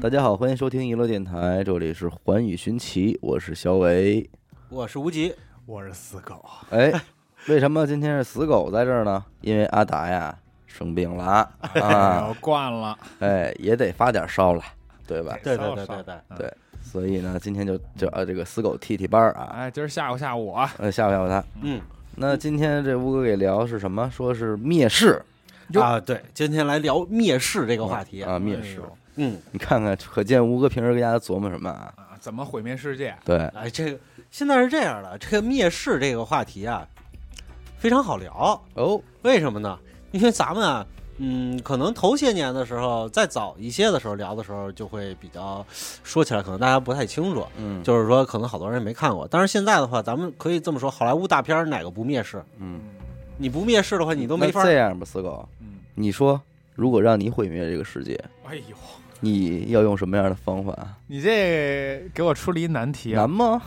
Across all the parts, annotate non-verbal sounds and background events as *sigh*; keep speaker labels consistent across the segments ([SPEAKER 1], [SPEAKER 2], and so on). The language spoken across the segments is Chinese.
[SPEAKER 1] 大家好，欢迎收听娱乐电台，这里是环宇寻奇，我是小伟。
[SPEAKER 2] 我是无极，
[SPEAKER 3] 我是死狗，
[SPEAKER 2] *laughs*
[SPEAKER 1] 哎，为什么今天是死狗在这儿呢？因为阿达呀生病
[SPEAKER 2] *laughs*
[SPEAKER 1] 了啊，
[SPEAKER 3] 我惯了，
[SPEAKER 1] 哎，也得发点烧来，对吧？
[SPEAKER 2] 对对
[SPEAKER 3] 骚
[SPEAKER 2] 对
[SPEAKER 3] 骚
[SPEAKER 2] 对对，
[SPEAKER 1] 对，所以呢，今天就就呃这个死狗替替班儿啊，
[SPEAKER 3] 哎，今儿吓唬吓唬我，
[SPEAKER 1] 呃吓唬吓唬他。
[SPEAKER 2] 嗯
[SPEAKER 1] 那今天这吴哥给聊是什么？说是蔑视
[SPEAKER 3] 哟
[SPEAKER 2] 啊，对，今天来聊蔑视这个话题，
[SPEAKER 1] 啊，蔑视
[SPEAKER 3] 哎。呦
[SPEAKER 2] 嗯，
[SPEAKER 1] 你看看，可见吴哥平时跟大家琢磨什么啊？
[SPEAKER 3] 啊，怎么毁灭世界？
[SPEAKER 1] 对，
[SPEAKER 2] 哎，这个现在是这样的，这个蔑视这个话题啊，非常好聊，
[SPEAKER 1] 哦，
[SPEAKER 2] 为什么呢？因为咱们啊，嗯，可能头些年的时候，再早一些的时候聊的时候，就会比较说起来，可能大家不太清楚，
[SPEAKER 1] 嗯，
[SPEAKER 2] 就是说可能好多人没看过。但是现在的话，咱们可以这么说，好莱坞大片儿哪个不蔑视？
[SPEAKER 1] 嗯，
[SPEAKER 2] 你不蔑视的话，你都没法
[SPEAKER 1] 那。这样吧，死狗，
[SPEAKER 3] 嗯，
[SPEAKER 1] 你说如果让你毁灭这个世界，
[SPEAKER 3] 哎呦，
[SPEAKER 1] 你要用什么样的方法？
[SPEAKER 3] 你这给我出了一难题啊
[SPEAKER 1] 难！吗？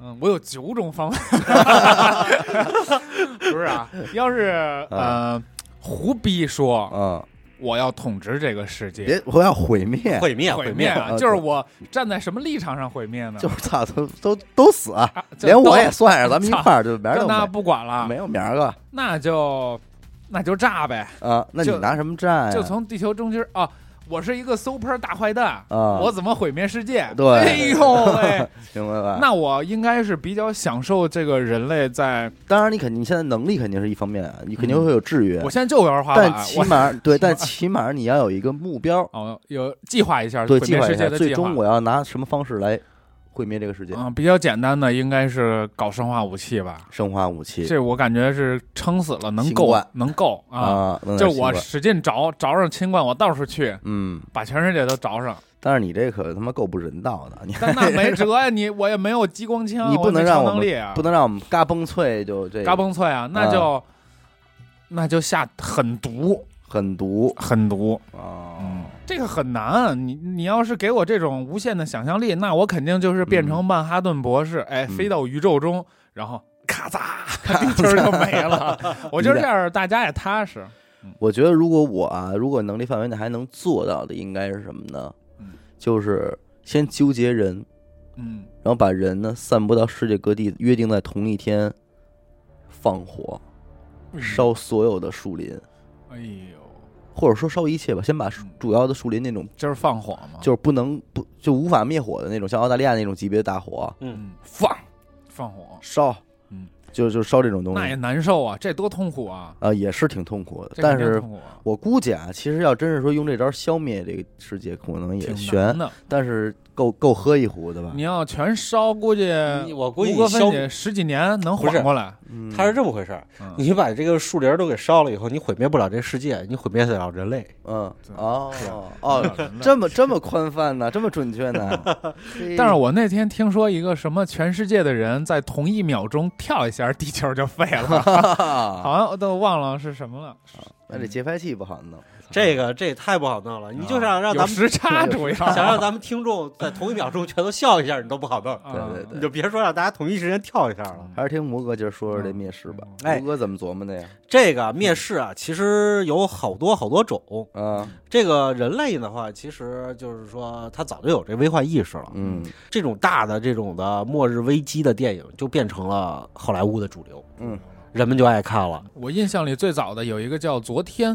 [SPEAKER 3] 嗯，我有九种方 *laughs* 法，不是啊？要是呃，胡逼说
[SPEAKER 1] 啊，
[SPEAKER 3] 我要统治这个世界，
[SPEAKER 1] 别我要毁灭，
[SPEAKER 2] 毁灭，
[SPEAKER 3] 毁
[SPEAKER 2] 灭
[SPEAKER 3] 灭
[SPEAKER 1] 啊
[SPEAKER 3] 啊，就是我站在什么立场上毁灭呢？
[SPEAKER 1] 就是操，都都都死啊，
[SPEAKER 3] 啊就
[SPEAKER 1] 连我
[SPEAKER 3] 都
[SPEAKER 1] 也算
[SPEAKER 3] *laughs*
[SPEAKER 1] 上，咱们一块儿就明儿
[SPEAKER 3] 就
[SPEAKER 1] 都
[SPEAKER 3] 那
[SPEAKER 1] 没
[SPEAKER 3] 不啊管了，
[SPEAKER 1] 没有明儿个
[SPEAKER 3] 那就那就炸呗，
[SPEAKER 1] 啊。那你
[SPEAKER 3] 就
[SPEAKER 1] 拿什么战呀？
[SPEAKER 3] 就从地球中心啊。我是一个 super 大坏蛋，
[SPEAKER 1] 啊，
[SPEAKER 3] 我怎么毁灭世界？
[SPEAKER 1] 对啊
[SPEAKER 3] 哎
[SPEAKER 1] *laughs*
[SPEAKER 3] 呦喂，
[SPEAKER 1] 明白吧？
[SPEAKER 3] 那我应该是比较享受这个人类在，
[SPEAKER 1] 当然，你肯定你现在能力肯定是一方面啊，你肯定
[SPEAKER 3] 嗯
[SPEAKER 1] 会有制约
[SPEAKER 3] 我，现在就玩滑板
[SPEAKER 1] 但，起
[SPEAKER 3] 我
[SPEAKER 1] 码
[SPEAKER 3] *laughs*
[SPEAKER 1] 对，但起码你要有一个目标，
[SPEAKER 3] 哦有计划一下
[SPEAKER 1] 对，
[SPEAKER 3] 毁
[SPEAKER 1] 计
[SPEAKER 3] 灭
[SPEAKER 1] 划一
[SPEAKER 3] 世
[SPEAKER 1] 下
[SPEAKER 3] 界的
[SPEAKER 1] 最
[SPEAKER 3] 计
[SPEAKER 1] 终
[SPEAKER 3] 划。
[SPEAKER 1] 我要拿什么方式来毁灭这个世界？
[SPEAKER 3] 嗯，比较简单的应该是搞生化武器吧，
[SPEAKER 1] 生化武器
[SPEAKER 3] 这我感觉是撑死了能
[SPEAKER 1] 新
[SPEAKER 3] 够
[SPEAKER 1] 冠
[SPEAKER 3] 能够啊，
[SPEAKER 1] 啊，弄
[SPEAKER 3] 就
[SPEAKER 1] 点
[SPEAKER 3] 是我
[SPEAKER 1] 新冠
[SPEAKER 3] 使劲着着上新冠，我到处去
[SPEAKER 1] 嗯，
[SPEAKER 3] 把全世界都着上，
[SPEAKER 1] 但是你这可他妈够不人道的，你
[SPEAKER 3] 但那没辙呀，你我也没有激光
[SPEAKER 1] *laughs*
[SPEAKER 3] 枪，
[SPEAKER 1] 你不
[SPEAKER 3] 也没
[SPEAKER 1] 能让
[SPEAKER 3] 超
[SPEAKER 1] 我
[SPEAKER 3] 能
[SPEAKER 1] 们
[SPEAKER 3] 力啊
[SPEAKER 1] 不，能让我们嘎嘣脆就这
[SPEAKER 3] 嘎嘣脆
[SPEAKER 1] 嗯
[SPEAKER 3] 啊，那就那就下狠毒
[SPEAKER 1] 很毒
[SPEAKER 3] 狠毒，
[SPEAKER 1] 啊，
[SPEAKER 3] 嗯，这个很难。啊你你要是给我这种无限的想象力，那我肯定就是变成曼哈顿博士，哎，
[SPEAKER 1] 嗯
[SPEAKER 3] 飞到宇宙中，然后咔
[SPEAKER 1] *laughs*
[SPEAKER 3] 嚓，地球就没了。我就是这样，大家也踏实。
[SPEAKER 1] 我觉得如果我啊，如果能力范围内还能做到的，应该是什么呢？
[SPEAKER 3] 嗯
[SPEAKER 1] 就是先纠结人，
[SPEAKER 3] 嗯，
[SPEAKER 1] 然后把人呢散布到世界各地，约定在同一天放火
[SPEAKER 3] 嗯
[SPEAKER 1] 烧所有的树林，
[SPEAKER 3] 哎呦，
[SPEAKER 1] 或者说烧一切吧，先把树
[SPEAKER 3] 嗯
[SPEAKER 1] 主要的树林那种
[SPEAKER 3] 这是放火吗？
[SPEAKER 1] 就是不能不就无法灭火的那种，像澳大利亚那种级别的大火
[SPEAKER 2] 嗯，
[SPEAKER 3] 嗯，
[SPEAKER 1] 放
[SPEAKER 3] 放火，
[SPEAKER 1] 烧，
[SPEAKER 3] 嗯，
[SPEAKER 1] 就就烧这种东
[SPEAKER 3] 那
[SPEAKER 1] 西
[SPEAKER 3] 也难受啊，这多痛苦啊！
[SPEAKER 1] 啊，也是挺痛苦的，
[SPEAKER 3] 这
[SPEAKER 1] 但
[SPEAKER 3] 肯定
[SPEAKER 1] 是
[SPEAKER 3] 痛苦啊
[SPEAKER 1] 我估计啊，其实要真是说用这招消灭这个世界，可能也
[SPEAKER 3] 挺
[SPEAKER 1] 悬嗯
[SPEAKER 3] 难，的。
[SPEAKER 1] 但是够够喝一壶的吧
[SPEAKER 3] 你？要全烧，估计
[SPEAKER 2] 嗯你我估计
[SPEAKER 3] 吴哥分
[SPEAKER 2] 消
[SPEAKER 3] 解十几年能
[SPEAKER 2] 不是
[SPEAKER 3] 缓过来。
[SPEAKER 1] 嗯
[SPEAKER 2] 它是这么回事儿，
[SPEAKER 3] 嗯
[SPEAKER 2] 你把这个树林儿都给烧了以后，你毁灭不了这世界，你毁灭得了人类。
[SPEAKER 1] 嗯
[SPEAKER 3] 是是
[SPEAKER 1] 哦哦，
[SPEAKER 2] 嗯
[SPEAKER 1] 这么这么宽泛呢，这么准确呢？嘿
[SPEAKER 3] *laughs* 但是我那天听说一个什么，全世界的人在同一秒钟跳一下，地球就废
[SPEAKER 2] *laughs*
[SPEAKER 3] 了，好像我都忘了是什么了。
[SPEAKER 1] 哎那这节拍器不好弄，
[SPEAKER 2] 这个这也太不好弄了，啊你就想让
[SPEAKER 3] 有
[SPEAKER 2] 咱们
[SPEAKER 3] 时差主要，
[SPEAKER 2] 想让咱们听众在同一秒钟全都笑一下，你都不好弄，
[SPEAKER 3] 啊
[SPEAKER 1] 对对
[SPEAKER 2] 你就别说让大家同一时间跳一下了。
[SPEAKER 1] 还是听摩哥今儿说说这蔑视
[SPEAKER 3] 嗯
[SPEAKER 1] 吧。
[SPEAKER 2] 哎
[SPEAKER 1] 摩哥怎么琢磨的呀？
[SPEAKER 2] 这个蔑视啊，其实有好多好多种。
[SPEAKER 1] 啊，
[SPEAKER 2] 这个人类的话，其实就是说他早就有这危患意识了。
[SPEAKER 1] 嗯
[SPEAKER 2] 这种大的这种的末日危机的电影，就变成了好莱坞的主流，
[SPEAKER 1] 嗯，
[SPEAKER 2] 人们就爱看了。
[SPEAKER 3] 我印象里最早的有一个叫《昨天》，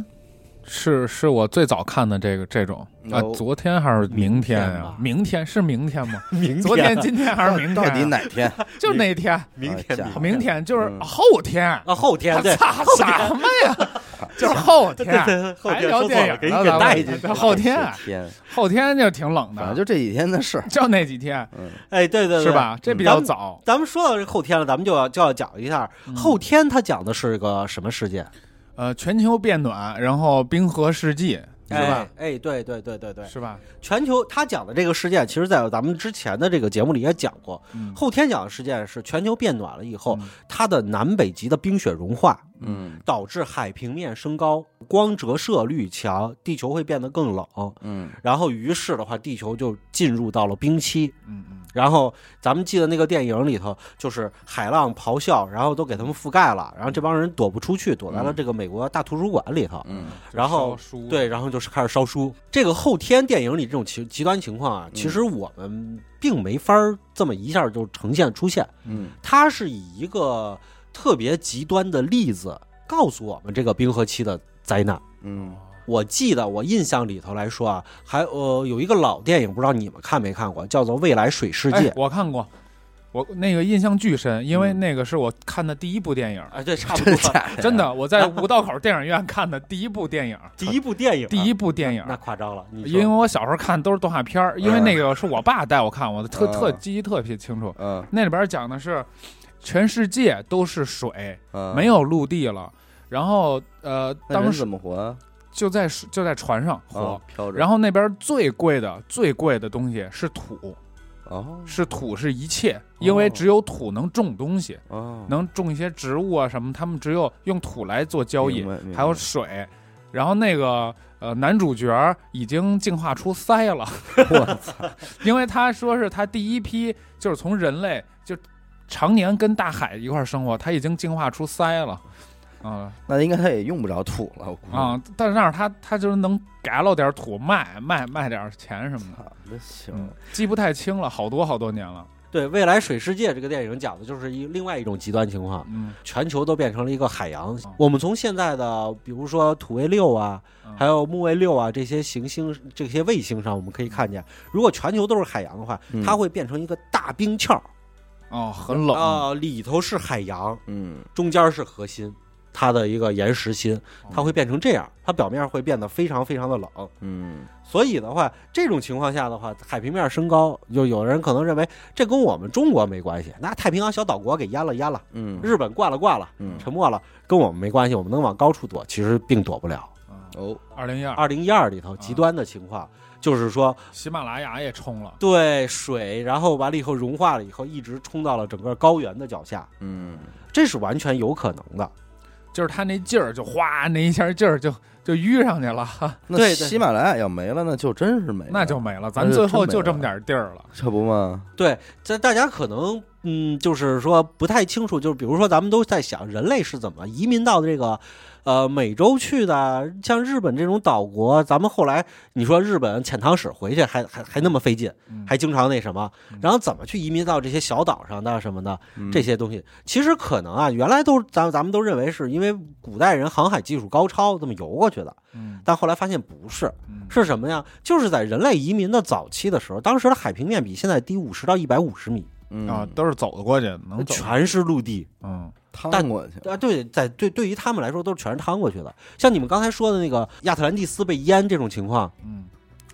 [SPEAKER 3] 是是我最早看的这个这种啊
[SPEAKER 1] 哦，
[SPEAKER 3] 昨天还是明天
[SPEAKER 2] 明天
[SPEAKER 3] 呀
[SPEAKER 2] 吧？
[SPEAKER 3] 明天是明天吗？
[SPEAKER 2] 明
[SPEAKER 3] 昨天、今天还是明
[SPEAKER 1] 到底
[SPEAKER 3] 天啊？
[SPEAKER 1] 哪天？
[SPEAKER 3] 就那天，啊
[SPEAKER 2] 明
[SPEAKER 1] 哎
[SPEAKER 2] 天、
[SPEAKER 1] 家伙
[SPEAKER 3] 明天就是
[SPEAKER 1] 嗯
[SPEAKER 3] 后天。
[SPEAKER 2] 啊，后天对，
[SPEAKER 3] 操什么
[SPEAKER 2] *laughs*
[SPEAKER 3] 呀？就是后
[SPEAKER 2] 对
[SPEAKER 3] 天，啊
[SPEAKER 2] 对后
[SPEAKER 3] 还
[SPEAKER 2] 天
[SPEAKER 3] 聊
[SPEAKER 2] 说错
[SPEAKER 3] 电
[SPEAKER 2] 了
[SPEAKER 3] 影
[SPEAKER 2] 给你
[SPEAKER 3] 了
[SPEAKER 2] 给
[SPEAKER 3] 咱们
[SPEAKER 2] 带进去了
[SPEAKER 3] 后天啊，
[SPEAKER 1] 这天，
[SPEAKER 3] 后天就挺冷
[SPEAKER 1] 反
[SPEAKER 3] 的
[SPEAKER 1] 正，就这几天的事儿。
[SPEAKER 3] 就那几天
[SPEAKER 2] 哎，对对对，
[SPEAKER 3] 是？吧？这比较早。
[SPEAKER 2] 咱们说到这后天了，咱们就要就要讲一下、
[SPEAKER 3] 嗯
[SPEAKER 2] 后天，它讲的是个什么事件，
[SPEAKER 3] 呃，全球变暖，然后冰河世纪是吧？
[SPEAKER 2] 哎？哎，对对对对对，
[SPEAKER 3] 是吧？
[SPEAKER 2] 全球它讲的这个事件，其实在咱们之前的这个节目里也讲过。
[SPEAKER 3] 嗯
[SPEAKER 2] 后天讲的事件是全球变暖了以后，
[SPEAKER 3] 嗯
[SPEAKER 2] 它的南北极的冰雪融化，
[SPEAKER 1] 嗯
[SPEAKER 2] 导致海平面升高，光折射率强，地球会变得更冷。
[SPEAKER 1] 嗯
[SPEAKER 2] 然后于是的话，地球就进入到了冰期。
[SPEAKER 3] 嗯嗯，
[SPEAKER 2] 然后咱们记得那个电影里头，就是海浪咆哮，然后都给他们覆盖了，然后这帮人躲不出去，躲在了这个美国大图书馆里头。
[SPEAKER 1] 嗯
[SPEAKER 2] 然后
[SPEAKER 3] 书
[SPEAKER 2] 对，然后就是开始烧书。这个后天电影里这种极极端情况啊，其实我们并没法儿这么一下就呈现出现，
[SPEAKER 1] 嗯
[SPEAKER 2] 它是以一个特别极端的例子告诉我们这个冰河期的灾难。
[SPEAKER 1] 嗯
[SPEAKER 2] 我记得我印象里头来说啊，还呃有一个老电影，不知道你们看没看过，叫做《未来水世界
[SPEAKER 3] 哎》。我看过，我那个印象巨深，因为
[SPEAKER 2] 嗯
[SPEAKER 3] 那个是我看的第一部电影，
[SPEAKER 2] 哎，对，差不
[SPEAKER 1] 真
[SPEAKER 2] *laughs* 多
[SPEAKER 1] 的。假的？
[SPEAKER 3] 真的，我在五道口电影院看的第一部
[SPEAKER 2] *laughs*
[SPEAKER 3] 电影，
[SPEAKER 2] 第一部电影，
[SPEAKER 3] 第一部电影。
[SPEAKER 2] 那夸张了，你说
[SPEAKER 3] 因为我小时候看都是动画片儿，因为
[SPEAKER 1] 嗯
[SPEAKER 3] 那个是我爸带我看，我的特
[SPEAKER 1] 嗯
[SPEAKER 3] 特记忆特别清楚。
[SPEAKER 1] 嗯
[SPEAKER 3] 那里边讲的是全世界都是水，
[SPEAKER 1] 嗯，
[SPEAKER 3] 没有陆地了。然后呃，
[SPEAKER 1] 那人
[SPEAKER 3] 当时
[SPEAKER 1] 怎么活啊？
[SPEAKER 3] 就在水就在船上活
[SPEAKER 1] 啊，，飘着。
[SPEAKER 3] 然后那边最贵的最贵的东西是土，
[SPEAKER 1] 哦
[SPEAKER 3] 是土是一切，因为只有土能种东西，
[SPEAKER 1] 哦，
[SPEAKER 3] 能种一些植物啊什么，他们只有用土来做交易
[SPEAKER 1] 明，白，明白
[SPEAKER 3] 还有水。然后那个呃男主角已经进化出鳃了，
[SPEAKER 1] 我操，
[SPEAKER 3] *laughs* 因为他说是他第一批就是从人类就常年跟大海一块儿生活，他已经进化出鳃了，啊、
[SPEAKER 1] 那应该他也用不着土了，我估计。
[SPEAKER 3] 啊、但是那儿他他就是能改了点土卖卖卖点钱什么
[SPEAKER 1] *laughs*
[SPEAKER 3] 的，
[SPEAKER 1] 操，那行，
[SPEAKER 3] 嗯，记不太清了，好多好多年了，
[SPEAKER 2] 对《未来水世界》这个电影讲的就是一另外一种极端情况，
[SPEAKER 3] 嗯，
[SPEAKER 2] 全球都变成了一个海洋
[SPEAKER 3] 嗯。
[SPEAKER 2] 我们从现在的比如说土卫六啊，
[SPEAKER 3] 嗯
[SPEAKER 2] 还有木卫六啊这些行星、这些卫星上，我们可
[SPEAKER 3] 嗯
[SPEAKER 2] 以看见，如果全球都是海洋的话，
[SPEAKER 1] 嗯
[SPEAKER 2] 它会变成一个大冰壳儿
[SPEAKER 3] 哦，很冷，
[SPEAKER 2] 啊、里头是海洋，
[SPEAKER 1] 嗯
[SPEAKER 2] 中间是核心，它的一个岩石心，
[SPEAKER 3] 哦
[SPEAKER 2] 它会变成这样，它表面会变得非常非常的冷。
[SPEAKER 1] 嗯
[SPEAKER 2] 所以的话，这种情况下的话，海平面升高，就有人可能认为这跟我们中国没关系，那太平洋小岛国给淹了淹了，
[SPEAKER 1] 嗯
[SPEAKER 2] 日本挂了挂了，
[SPEAKER 1] 嗯
[SPEAKER 2] 沉没了，跟我们没关系，我们能往高处躲，其实并躲不了。
[SPEAKER 1] 哦
[SPEAKER 3] 嗯二零一二，
[SPEAKER 2] 二零一二里头极端的情况就是说，
[SPEAKER 3] 喜马拉雅也冲了，
[SPEAKER 2] 对水，然后完了以后融化了以后，一直冲到了整个高原的脚下，
[SPEAKER 1] 嗯
[SPEAKER 2] 这是完全有可能的。
[SPEAKER 3] 就是他那劲儿就哗那一下劲儿就就淤上去了，哈
[SPEAKER 1] 那
[SPEAKER 2] 对对
[SPEAKER 1] 喜马拉雅要没了，那就真
[SPEAKER 2] 哎
[SPEAKER 1] 是没了，
[SPEAKER 3] 那就没了，咱
[SPEAKER 1] 那就
[SPEAKER 3] 最后
[SPEAKER 1] 真没
[SPEAKER 3] 就这
[SPEAKER 1] 了
[SPEAKER 3] 么点儿地儿了。
[SPEAKER 1] 这不嘛，
[SPEAKER 2] 对，这大家可能嗯，就是说不太清楚，就是比如说咱们都在想人类是怎么移民到这个呃美洲去的，像日本这种岛国，咱们后来你说日本遣唐使回去还还还那么费劲，
[SPEAKER 3] 嗯
[SPEAKER 2] 还经常那什么
[SPEAKER 3] 嗯，
[SPEAKER 2] 然后怎么去移民到这些小岛上的什么的
[SPEAKER 1] 嗯
[SPEAKER 2] 这些东西，其实可能啊，原来都咱咱们都认为是因为古代人航海技术高超这么游过去的，
[SPEAKER 3] 嗯
[SPEAKER 2] 但后来发现不是，
[SPEAKER 3] 嗯
[SPEAKER 2] 是什么呀？就是在人类移民的早期的时候，当时的海平面比现在低五十到一百五十米，
[SPEAKER 1] 嗯
[SPEAKER 3] 啊，都是走得过去，能走。
[SPEAKER 2] 全是陆地
[SPEAKER 3] 嗯
[SPEAKER 1] 趟过去，
[SPEAKER 2] 啊！对，在对对于他们来说都是全是趟过去的。像你们刚才说的那个亚特兰蒂斯被淹这种情况，
[SPEAKER 3] 嗯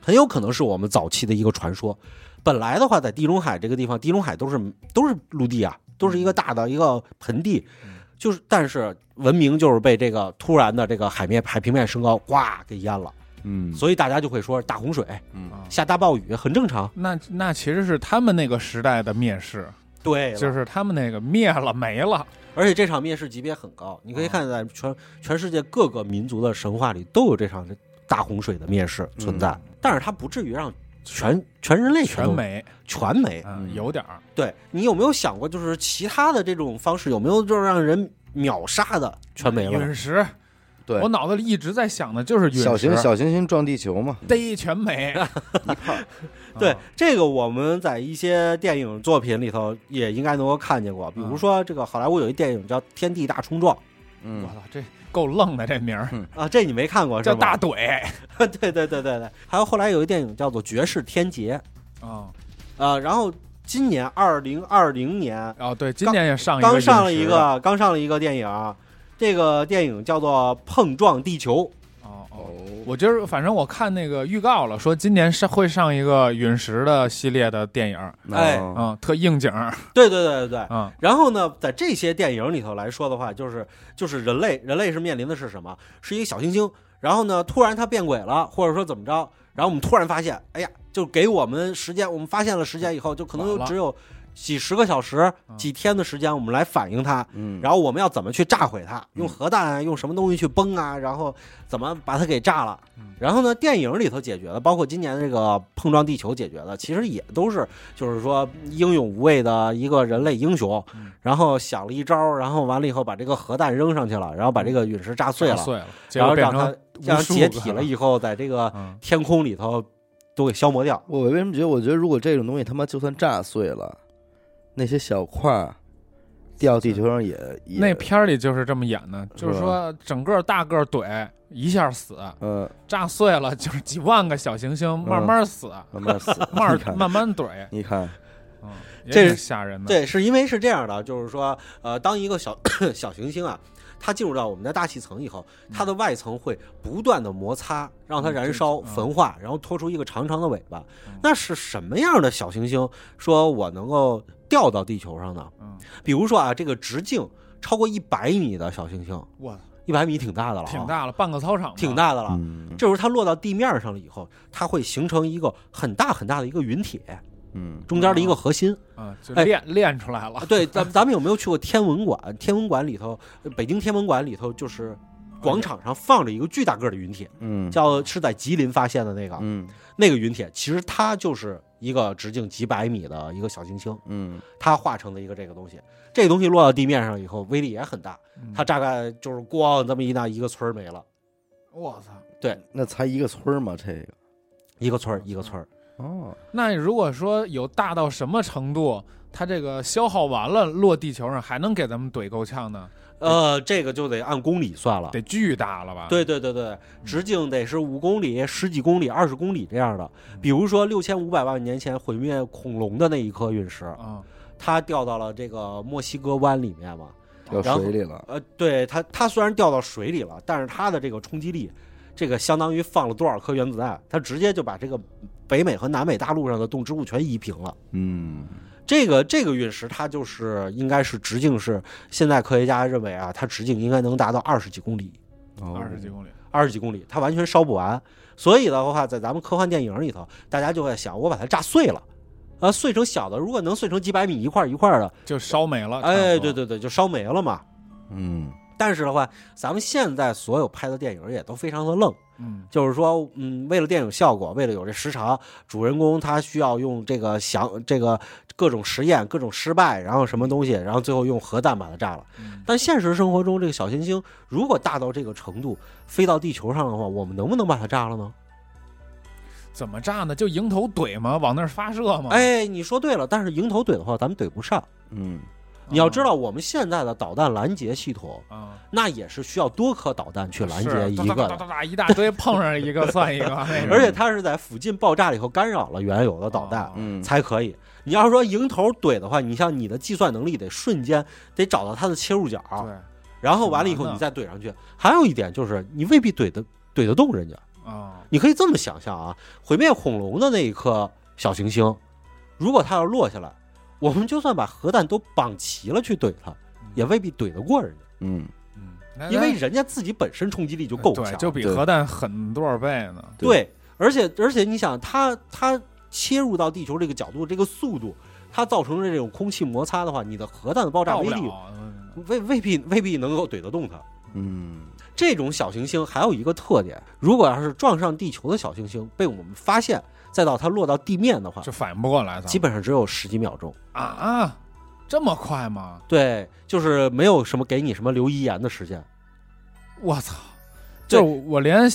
[SPEAKER 2] 很有可能是我们早期的一个传说。本来的话，在地中海这个地方，地中海都是都是陆地啊，都是一个大的一个盆地
[SPEAKER 3] 嗯，
[SPEAKER 2] 就是但是文明就是被这个突然的这个海面海平面升高，呱给淹了，
[SPEAKER 1] 嗯
[SPEAKER 2] 所以大家就会说大洪水、
[SPEAKER 1] 嗯
[SPEAKER 3] 啊，
[SPEAKER 2] 下大暴雨很正常。
[SPEAKER 3] 那那其实是他们那个时代的灭世，
[SPEAKER 2] 对了，
[SPEAKER 3] 就是他们那个灭了没了。
[SPEAKER 2] 而且这场面试级别很高，你可
[SPEAKER 3] 嗯
[SPEAKER 2] 以看在全、全世界各个民族的神话里都有这场大洪水的面试存在，
[SPEAKER 1] 嗯
[SPEAKER 2] 但是它不至于让全全人类
[SPEAKER 3] 全
[SPEAKER 2] 都
[SPEAKER 3] 没，
[SPEAKER 2] 全没。
[SPEAKER 3] 嗯，
[SPEAKER 1] 嗯
[SPEAKER 3] 有点儿，
[SPEAKER 2] 对你有没有想过，就是其他的这种方式有没有就是让人秒杀的全没了？
[SPEAKER 3] 陨石，
[SPEAKER 1] 对
[SPEAKER 3] 我脑子里一直在想的就是陨石，
[SPEAKER 1] 小行小行星撞地球
[SPEAKER 3] *laughs*
[SPEAKER 1] 嘛，
[SPEAKER 3] 逮全没，
[SPEAKER 2] 对
[SPEAKER 3] 啊
[SPEAKER 2] 这个，我们在一些电影作品里头也应该能够看见过，比
[SPEAKER 3] 嗯
[SPEAKER 2] 如说这个好莱坞有一电影叫《天地大冲撞
[SPEAKER 3] 我
[SPEAKER 1] *laughs* 嗯
[SPEAKER 3] 操，这够愣的这名儿，》
[SPEAKER 2] 啊，这你嗯没看过是
[SPEAKER 3] 叫
[SPEAKER 2] 吧？
[SPEAKER 3] 大怼
[SPEAKER 2] *laughs* 对对对对对，还有后来有一电影叫做《绝世天劫》，
[SPEAKER 3] 啊
[SPEAKER 2] 呃，然后今年二零二零年
[SPEAKER 3] 哦，对，今年也上一个
[SPEAKER 2] 刚上了
[SPEAKER 3] 陨
[SPEAKER 2] 一
[SPEAKER 3] 石
[SPEAKER 2] 个刚上了一个电影啊，这个电影叫做《碰撞地球》。
[SPEAKER 3] 哦哦。
[SPEAKER 1] 哦，
[SPEAKER 3] 我今儿反正我看那个预告了，说今年上会上一个陨石的系列的电影，
[SPEAKER 2] 哎
[SPEAKER 1] 那哦
[SPEAKER 3] 嗯，特应景儿，
[SPEAKER 2] 对对对对对。
[SPEAKER 3] 嗯
[SPEAKER 2] 然后呢，在这些电影里头来说的话，就是就是人类人类是面临的是什么？是一个小行星，然后呢，突然它变轨了，或者说怎么着，然后我们突然发现，哎呀，就给我们时间，我们发现了时间以后，就可能
[SPEAKER 3] 晚了
[SPEAKER 2] 只有几十个小时、
[SPEAKER 3] 嗯
[SPEAKER 2] 几天的时间，我们来反映它，
[SPEAKER 1] 嗯，
[SPEAKER 2] 然后我们要怎么去炸毁它？用
[SPEAKER 1] 嗯
[SPEAKER 2] 核弹啊，用什么东西去崩啊？然后怎么把它给炸了
[SPEAKER 3] 嗯？
[SPEAKER 2] 然后呢，电影里头解决的，包括今年这个碰撞地球解决的，其实也都是就是说英勇无畏的一个人类英雄
[SPEAKER 3] 嗯，
[SPEAKER 2] 然后想了一招，然后完了以后把这个核弹扔上去了，然后把这个陨石炸碎
[SPEAKER 3] 炸
[SPEAKER 2] 了，
[SPEAKER 3] 啊碎了，结
[SPEAKER 2] 然后
[SPEAKER 3] 果变
[SPEAKER 2] 让
[SPEAKER 3] 成
[SPEAKER 2] 它让它
[SPEAKER 3] 无数
[SPEAKER 2] 解
[SPEAKER 3] 个
[SPEAKER 2] 体了以后，在这个
[SPEAKER 3] 嗯
[SPEAKER 2] 天空里头都给消磨掉。
[SPEAKER 1] 我为什么觉得？我觉得如果这种东西他妈就算炸碎了，那些小块儿掉地球上也也
[SPEAKER 3] 那片儿里就是这么演的，就是
[SPEAKER 1] 是吧
[SPEAKER 3] 说整个大个儿怼一下死，
[SPEAKER 1] 嗯，
[SPEAKER 3] 炸碎了就是几万个小行
[SPEAKER 2] 嗯
[SPEAKER 3] 星慢
[SPEAKER 2] *laughs*
[SPEAKER 3] 慢死，
[SPEAKER 1] 慢慢死，
[SPEAKER 3] *laughs* 慢
[SPEAKER 1] 你看，
[SPEAKER 3] 慢慢怼，
[SPEAKER 1] 你看，
[SPEAKER 3] 嗯，
[SPEAKER 2] 这
[SPEAKER 3] 也挺
[SPEAKER 2] 是
[SPEAKER 3] 吓人的。
[SPEAKER 2] 对，是因为是这样的，就是说，呃，当一个小 *coughs* 小行星啊，它进入到我们的大气层以后，它的外层会不断的摩擦，让它
[SPEAKER 3] 嗯
[SPEAKER 2] 燃
[SPEAKER 3] 这
[SPEAKER 2] 烧、
[SPEAKER 3] 嗯
[SPEAKER 2] 焚化，然后拖出一个长长的尾巴
[SPEAKER 3] 嗯。
[SPEAKER 2] 那是什么样的小行星说我能够掉到地球上呢？
[SPEAKER 3] 嗯，
[SPEAKER 2] 比如说啊，这个直径超过一百米的小行星，
[SPEAKER 3] 哇，
[SPEAKER 2] 一百米挺大的了、啊，
[SPEAKER 3] 挺，大了，半个操场吧，
[SPEAKER 2] 挺大的了。
[SPEAKER 1] 嗯
[SPEAKER 2] 这时候它落到地面上了以后，它会形成一个很大很大的一个云铁，
[SPEAKER 1] 嗯，
[SPEAKER 2] 中间的一个核心。
[SPEAKER 3] 嗯，就
[SPEAKER 2] 哎
[SPEAKER 3] 练练出来了
[SPEAKER 2] 啊，，对，咱咱们有没有去过天文馆？天文馆里头，呃北京天文馆里头就是广场上放着一个巨大个儿的云铁，
[SPEAKER 1] 嗯，
[SPEAKER 2] 叫是在吉林发现的那个、
[SPEAKER 1] 嗯
[SPEAKER 2] 那个云铁，其实它就是一个直径几百米的一个小行星，
[SPEAKER 1] 嗯，
[SPEAKER 2] 它化成的一个这个东西。这个东西落到地面上以后，威力也很大，
[SPEAKER 3] 嗯
[SPEAKER 2] 它大概就是咣这么一大一个村儿没了，
[SPEAKER 3] 我操。
[SPEAKER 1] 那才一个村儿嘛，这个
[SPEAKER 2] 一个村儿一个村儿。
[SPEAKER 1] 哦，
[SPEAKER 3] 那如果说有大到什么程度，它这个消耗完了落地球上还能给咱们怼够呛呢？
[SPEAKER 2] 呃，这个就得按公里算了。
[SPEAKER 3] 得巨大了吧？
[SPEAKER 2] 啊对对对对，直径得是五公里、十几公里、二十公里这样的。比如说六千五百万年前毁灭恐龙的那一颗陨石，
[SPEAKER 3] 啊，
[SPEAKER 2] 它掉到了这个墨西哥湾里面嘛。
[SPEAKER 1] 掉
[SPEAKER 2] 然后
[SPEAKER 1] 水里了，
[SPEAKER 2] 呃，对它，它虽然掉到水里了，但是它的这个冲击力，这个相当于放了多少颗原子弹，它直接就把这个北美和南美大陆上的动植物全移平了。
[SPEAKER 1] 嗯
[SPEAKER 2] 这个这个陨石，它就是应该是直径是现在科学家认为啊，它直径应该能达到二十几公里。
[SPEAKER 1] 哦
[SPEAKER 3] 二十几公里，
[SPEAKER 2] 二十几公里，它完全烧不完。所以的话，在咱们科幻电影里头，大家就会想，我把它炸碎了，啊，碎成小的，如果能碎成几百米一块儿一块儿的，
[SPEAKER 3] 就烧没了。
[SPEAKER 2] 哎，
[SPEAKER 3] 啊差
[SPEAKER 2] 对
[SPEAKER 3] 不多，
[SPEAKER 2] 对对，就烧没了嘛。
[SPEAKER 1] 嗯
[SPEAKER 2] 但是的话，咱们现在所有拍的电影也都非常的愣，
[SPEAKER 3] 嗯，
[SPEAKER 2] 就是说，嗯，为了电影效果，为了有这时长，主人公他需要用这个想这个各种实验、各种失败，然后什么东西，然后最后用核弹把它炸了。
[SPEAKER 3] 嗯
[SPEAKER 2] 但现实生活中，这个小行星如果大到这个程度，飞到地球上的话，我们能不能把它炸了呢？
[SPEAKER 3] 怎么炸呢？就迎头怼吗？往那儿发射吗？，
[SPEAKER 2] 哎，你说对了，但是迎头怼的话，咱们怼不上。
[SPEAKER 3] 哦
[SPEAKER 1] 嗯
[SPEAKER 2] 你要知道，我们现在的导弹拦截系统，
[SPEAKER 3] 啊，
[SPEAKER 2] 那也是需要多颗导弹去拦截
[SPEAKER 3] 是
[SPEAKER 2] 一
[SPEAKER 3] 哒
[SPEAKER 2] 个
[SPEAKER 3] 哒哒哒
[SPEAKER 2] 的，
[SPEAKER 3] 哒一大堆碰上
[SPEAKER 2] *laughs*
[SPEAKER 3] 一个算一个，那
[SPEAKER 2] 而
[SPEAKER 3] 种
[SPEAKER 2] 且它是在附近爆炸了以后干扰了原有的导弹
[SPEAKER 3] 哦
[SPEAKER 1] 嗯，
[SPEAKER 2] 才可以。你要是说迎头怼的话，你像你的计算能力得瞬间得找到它的切入角，
[SPEAKER 3] 对啊
[SPEAKER 2] 然后完了以后
[SPEAKER 3] 挺难的
[SPEAKER 2] 你再怼上去。还有一点就是，你未必怼得怼得动人家。
[SPEAKER 3] 啊，
[SPEAKER 2] 你可以这么想象啊，毁灭恐龙的那一颗小行星，如果它要落下来，我们就算把核弹都绑齐了去怼它，也未必怼得过人家，
[SPEAKER 1] 嗯，
[SPEAKER 3] 嗯，那
[SPEAKER 2] 因为人家自己本身冲击力就够
[SPEAKER 3] 哎对
[SPEAKER 2] 强，，
[SPEAKER 3] 就比
[SPEAKER 1] 对
[SPEAKER 3] 核弹狠多少倍呢？
[SPEAKER 1] 对
[SPEAKER 2] 对而且而且你想，它它切入到地球这个角度，这个速度，它造成的这种空气摩擦的话，你的核弹的爆炸
[SPEAKER 3] 到不
[SPEAKER 2] 威
[SPEAKER 3] 了
[SPEAKER 2] 力，
[SPEAKER 3] 嗯
[SPEAKER 2] 未未必未必能够怼得动它。
[SPEAKER 1] 嗯
[SPEAKER 2] 这种小行星还有一个特点，如果要是撞上地球的小行星被我们发现，再到它落到地面的话，
[SPEAKER 3] 就反应不过来，咱
[SPEAKER 2] 基本上只有十几秒钟。
[SPEAKER 3] 们啊，这么快吗？
[SPEAKER 2] 对，就是没有什么给你什么留遗言的时间。
[SPEAKER 3] 我操！
[SPEAKER 2] 对
[SPEAKER 3] 就我连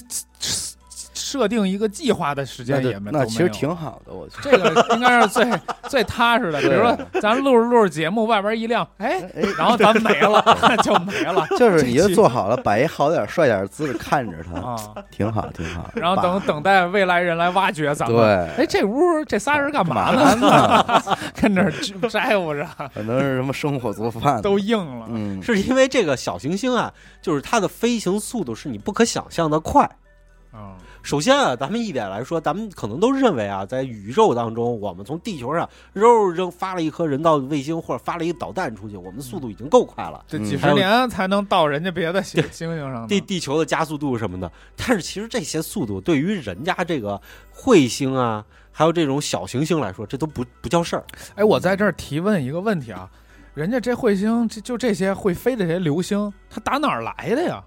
[SPEAKER 3] 设定一个计划的时
[SPEAKER 1] 那
[SPEAKER 3] 间
[SPEAKER 1] 就
[SPEAKER 3] 也没，
[SPEAKER 1] 那
[SPEAKER 3] 都
[SPEAKER 1] 其
[SPEAKER 3] 没
[SPEAKER 1] 实
[SPEAKER 3] 有
[SPEAKER 1] 挺好的，我觉得。
[SPEAKER 3] 这 *laughs* 个应该是最最踏实的。比如说，咱录着录着节目，外边一亮，哎，
[SPEAKER 1] 哎，
[SPEAKER 3] 然后咱没了，就没了
[SPEAKER 1] *laughs* 就是你就做好了，摆一好点儿、帅点儿的姿势看着他，
[SPEAKER 3] 啊。
[SPEAKER 1] 挺好，挺好。
[SPEAKER 3] *laughs* 然后等
[SPEAKER 1] 爸
[SPEAKER 3] 等待未来人来挖掘咱们。
[SPEAKER 1] 对，
[SPEAKER 3] 哎，这屋这仨人干嘛呢？
[SPEAKER 1] 呢？
[SPEAKER 3] 跟这儿支 *laughs*
[SPEAKER 1] *laughs*
[SPEAKER 3] 摘乎着，
[SPEAKER 1] 可能是什么生火做饭
[SPEAKER 3] 都硬了。
[SPEAKER 1] 嗯
[SPEAKER 2] 是因为这个小行星啊，就是它的飞行速度是你不可想象的快，
[SPEAKER 3] 嗯，
[SPEAKER 2] 首先啊，咱们一点来说，咱们可能都认为啊，在宇宙当中，我们从地球上肉扔发了一颗人造卫星或者发了一个导弹出去，我们速度已经够快了。
[SPEAKER 3] 这
[SPEAKER 1] 嗯
[SPEAKER 3] 几
[SPEAKER 2] 还
[SPEAKER 3] 十
[SPEAKER 2] 有
[SPEAKER 3] 年才能到人家别的星星星上呢。
[SPEAKER 2] 地地球的加速度什么的。但是其实这些速度对于人家这个彗星啊，还有这种小行星来说，这都不不叫事儿。
[SPEAKER 3] 哎，我在这儿提问一个问题啊，人家这彗星就就这些会飞的这些流星，它打哪儿来的呀？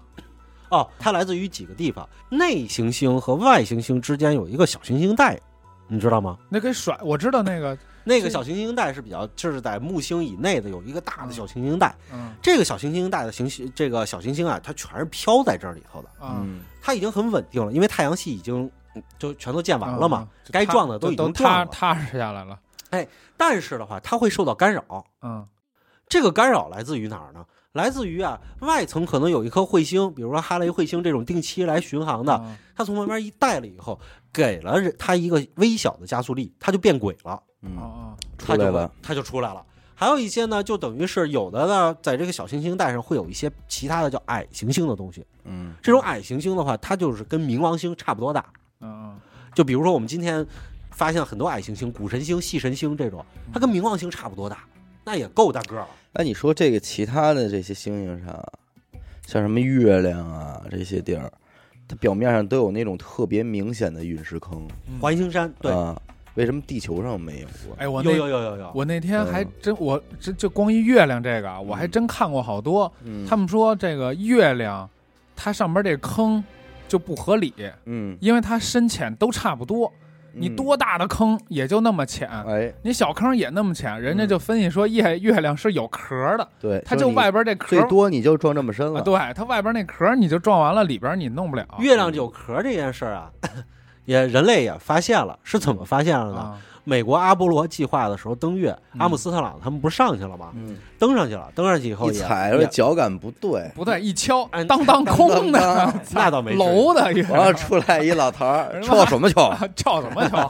[SPEAKER 2] 哦，它来自于几个地方，内行星和外行星之间有一个小行星带，你知道吗？
[SPEAKER 3] 那给甩，我知道那个，
[SPEAKER 2] 那个
[SPEAKER 3] 这
[SPEAKER 2] 小行星带是比较，就是在木星以内的有一个大的小行星带。
[SPEAKER 3] 嗯
[SPEAKER 2] 这个小行星带的行星，这个小行星啊，它全是飘在这里头的，
[SPEAKER 3] 啊，
[SPEAKER 1] 嗯
[SPEAKER 2] 它已经很稳定了，因为太阳系已经嗯就全都建完了嘛
[SPEAKER 3] 嗯，，就
[SPEAKER 2] 该
[SPEAKER 3] 踏
[SPEAKER 2] 撞的
[SPEAKER 3] 都
[SPEAKER 2] 都已经撞
[SPEAKER 3] 踏
[SPEAKER 2] 了
[SPEAKER 3] 踏实下来了。
[SPEAKER 2] 但是的话，它会受到干扰。 *laughs*
[SPEAKER 3] 嗯
[SPEAKER 2] 这个干扰来自于哪儿呢？来自于啊，外层可能有一颗彗星，比如说哈雷彗星这种定期来巡航的，
[SPEAKER 3] 嗯
[SPEAKER 2] 它从旁边一带了以后，给了人它一个微小的加速力，它就变轨了，
[SPEAKER 1] 嗯，
[SPEAKER 3] 嗯
[SPEAKER 1] 出
[SPEAKER 2] 它
[SPEAKER 1] 来
[SPEAKER 2] 就
[SPEAKER 1] 了，
[SPEAKER 2] 它就出来了。还有一些呢，就等于是有的呢，在这个小行星带上会有一些其他的叫矮行星的东西。
[SPEAKER 3] 啊
[SPEAKER 1] 嗯
[SPEAKER 2] 这种矮行星的话，它就是跟冥王星差不多大。
[SPEAKER 3] 嗯
[SPEAKER 2] 就比如说我们今天发现很多矮行星，古神星、细神星这种，它跟冥王星差不多大，那也够大个儿了。
[SPEAKER 1] 那你说这个其他的这些星星上，啊像什么月亮啊这些地儿，它表面上都有那种特别明显的陨石坑
[SPEAKER 3] 嗯，
[SPEAKER 2] 环形山对，
[SPEAKER 1] 啊，为什么地球上没有啊过？
[SPEAKER 3] 哎，我
[SPEAKER 2] 有
[SPEAKER 3] 那
[SPEAKER 2] 有有有有，
[SPEAKER 3] 我那天还
[SPEAKER 1] 嗯
[SPEAKER 3] 真，我这就光一月亮这个啊，
[SPEAKER 2] 嗯
[SPEAKER 3] 我还真看过好多。
[SPEAKER 1] 嗯
[SPEAKER 3] 他们说这个月亮，它上边这坑就不合理，
[SPEAKER 1] 嗯，
[SPEAKER 3] 因为它深浅都差不多。你
[SPEAKER 1] 嗯
[SPEAKER 3] 多大的坑也就那么浅，
[SPEAKER 1] 哎，
[SPEAKER 3] 你小坑也那么浅，人家就分析说月月亮是有壳的，
[SPEAKER 1] 对，
[SPEAKER 3] 它
[SPEAKER 1] 说
[SPEAKER 3] 就
[SPEAKER 1] 你
[SPEAKER 3] 外边这壳
[SPEAKER 1] 最多你就撞这么深
[SPEAKER 3] 啊，
[SPEAKER 1] 了，
[SPEAKER 3] 对，它外边那壳你就撞完了，里边你弄不了。
[SPEAKER 2] 月亮有壳这件事儿啊， *laughs* 也人类也发现了，是怎么发现了呢？
[SPEAKER 3] 啊，
[SPEAKER 2] 美国阿波罗计划的时候登月，
[SPEAKER 3] 嗯
[SPEAKER 2] 阿姆斯特朗他们不是上去了吗？
[SPEAKER 1] 嗯，哎
[SPEAKER 2] 登上去了，登上去以后
[SPEAKER 1] 一
[SPEAKER 2] 也
[SPEAKER 1] 踩着
[SPEAKER 2] 也
[SPEAKER 1] 脚感不对，
[SPEAKER 3] 不对，一敲
[SPEAKER 2] 哎，
[SPEAKER 3] 当当空
[SPEAKER 1] 当
[SPEAKER 3] 的，
[SPEAKER 2] 那倒没事
[SPEAKER 3] 楼啊的月
[SPEAKER 1] 完了
[SPEAKER 3] 亮， *laughs*
[SPEAKER 1] 出来一老头儿，
[SPEAKER 3] 人妈
[SPEAKER 1] 敲什么
[SPEAKER 3] *laughs*
[SPEAKER 1] 敲？
[SPEAKER 3] 照什么敲？